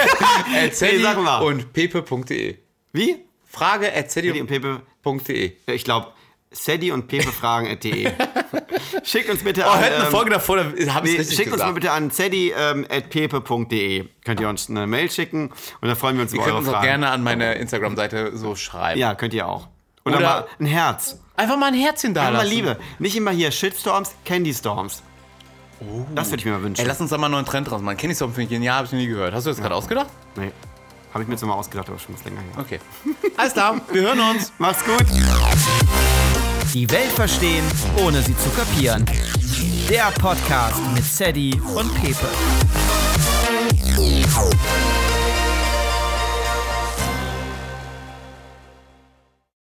Speaker 2: at
Speaker 1: Nee, sag mal.
Speaker 2: und pepe.de.
Speaker 1: Wie? Oh,
Speaker 2: Frage at Ähm,
Speaker 1: Sadie und Pepe. äh,
Speaker 2: pepe.de.
Speaker 1: Ich glaube, Sadie und Pepe fragen.de. schickt uns bitte
Speaker 2: Oh,
Speaker 1: an.
Speaker 2: hört eine
Speaker 1: ähm,
Speaker 2: Folge davor, da habe ich
Speaker 1: Nee,
Speaker 2: es richtig
Speaker 1: schickt uns mal
Speaker 2: gesagt.
Speaker 1: bitte an sadie.pepe.de. Könnt ihr uns eine Mail schicken und dann freuen wir uns
Speaker 2: Ihr
Speaker 1: über
Speaker 2: könnt
Speaker 1: eure
Speaker 2: uns auch
Speaker 1: Fragen.
Speaker 2: gerne an meine Instagram-Seite so schreiben.
Speaker 1: Ja, könnt ihr auch. Oder,
Speaker 2: Oder-
Speaker 1: mal ein Herz.
Speaker 2: Einfach mal ein Herzchen da
Speaker 1: Oder mal
Speaker 2: lassen.
Speaker 1: Liebe. Nicht immer hier Shitstorms, Candy Storms. Das würde ich mir mal wünschen.
Speaker 2: Oh. Ey, lass uns da mal einen neuen Trend draus machen. Kenny Song finde ich genial, habe ich noch nie gehört. Hast du das gerade ausgedacht?
Speaker 1: nee. Habe ich mir jetzt mal ausgedacht, aber schon was länger her.
Speaker 2: Okay. Alles klar, wir hören uns.
Speaker 1: Macht's gut.
Speaker 3: Die Welt verstehen, ohne sie zu kapieren. Der Podcast mit Sadie und Pepe.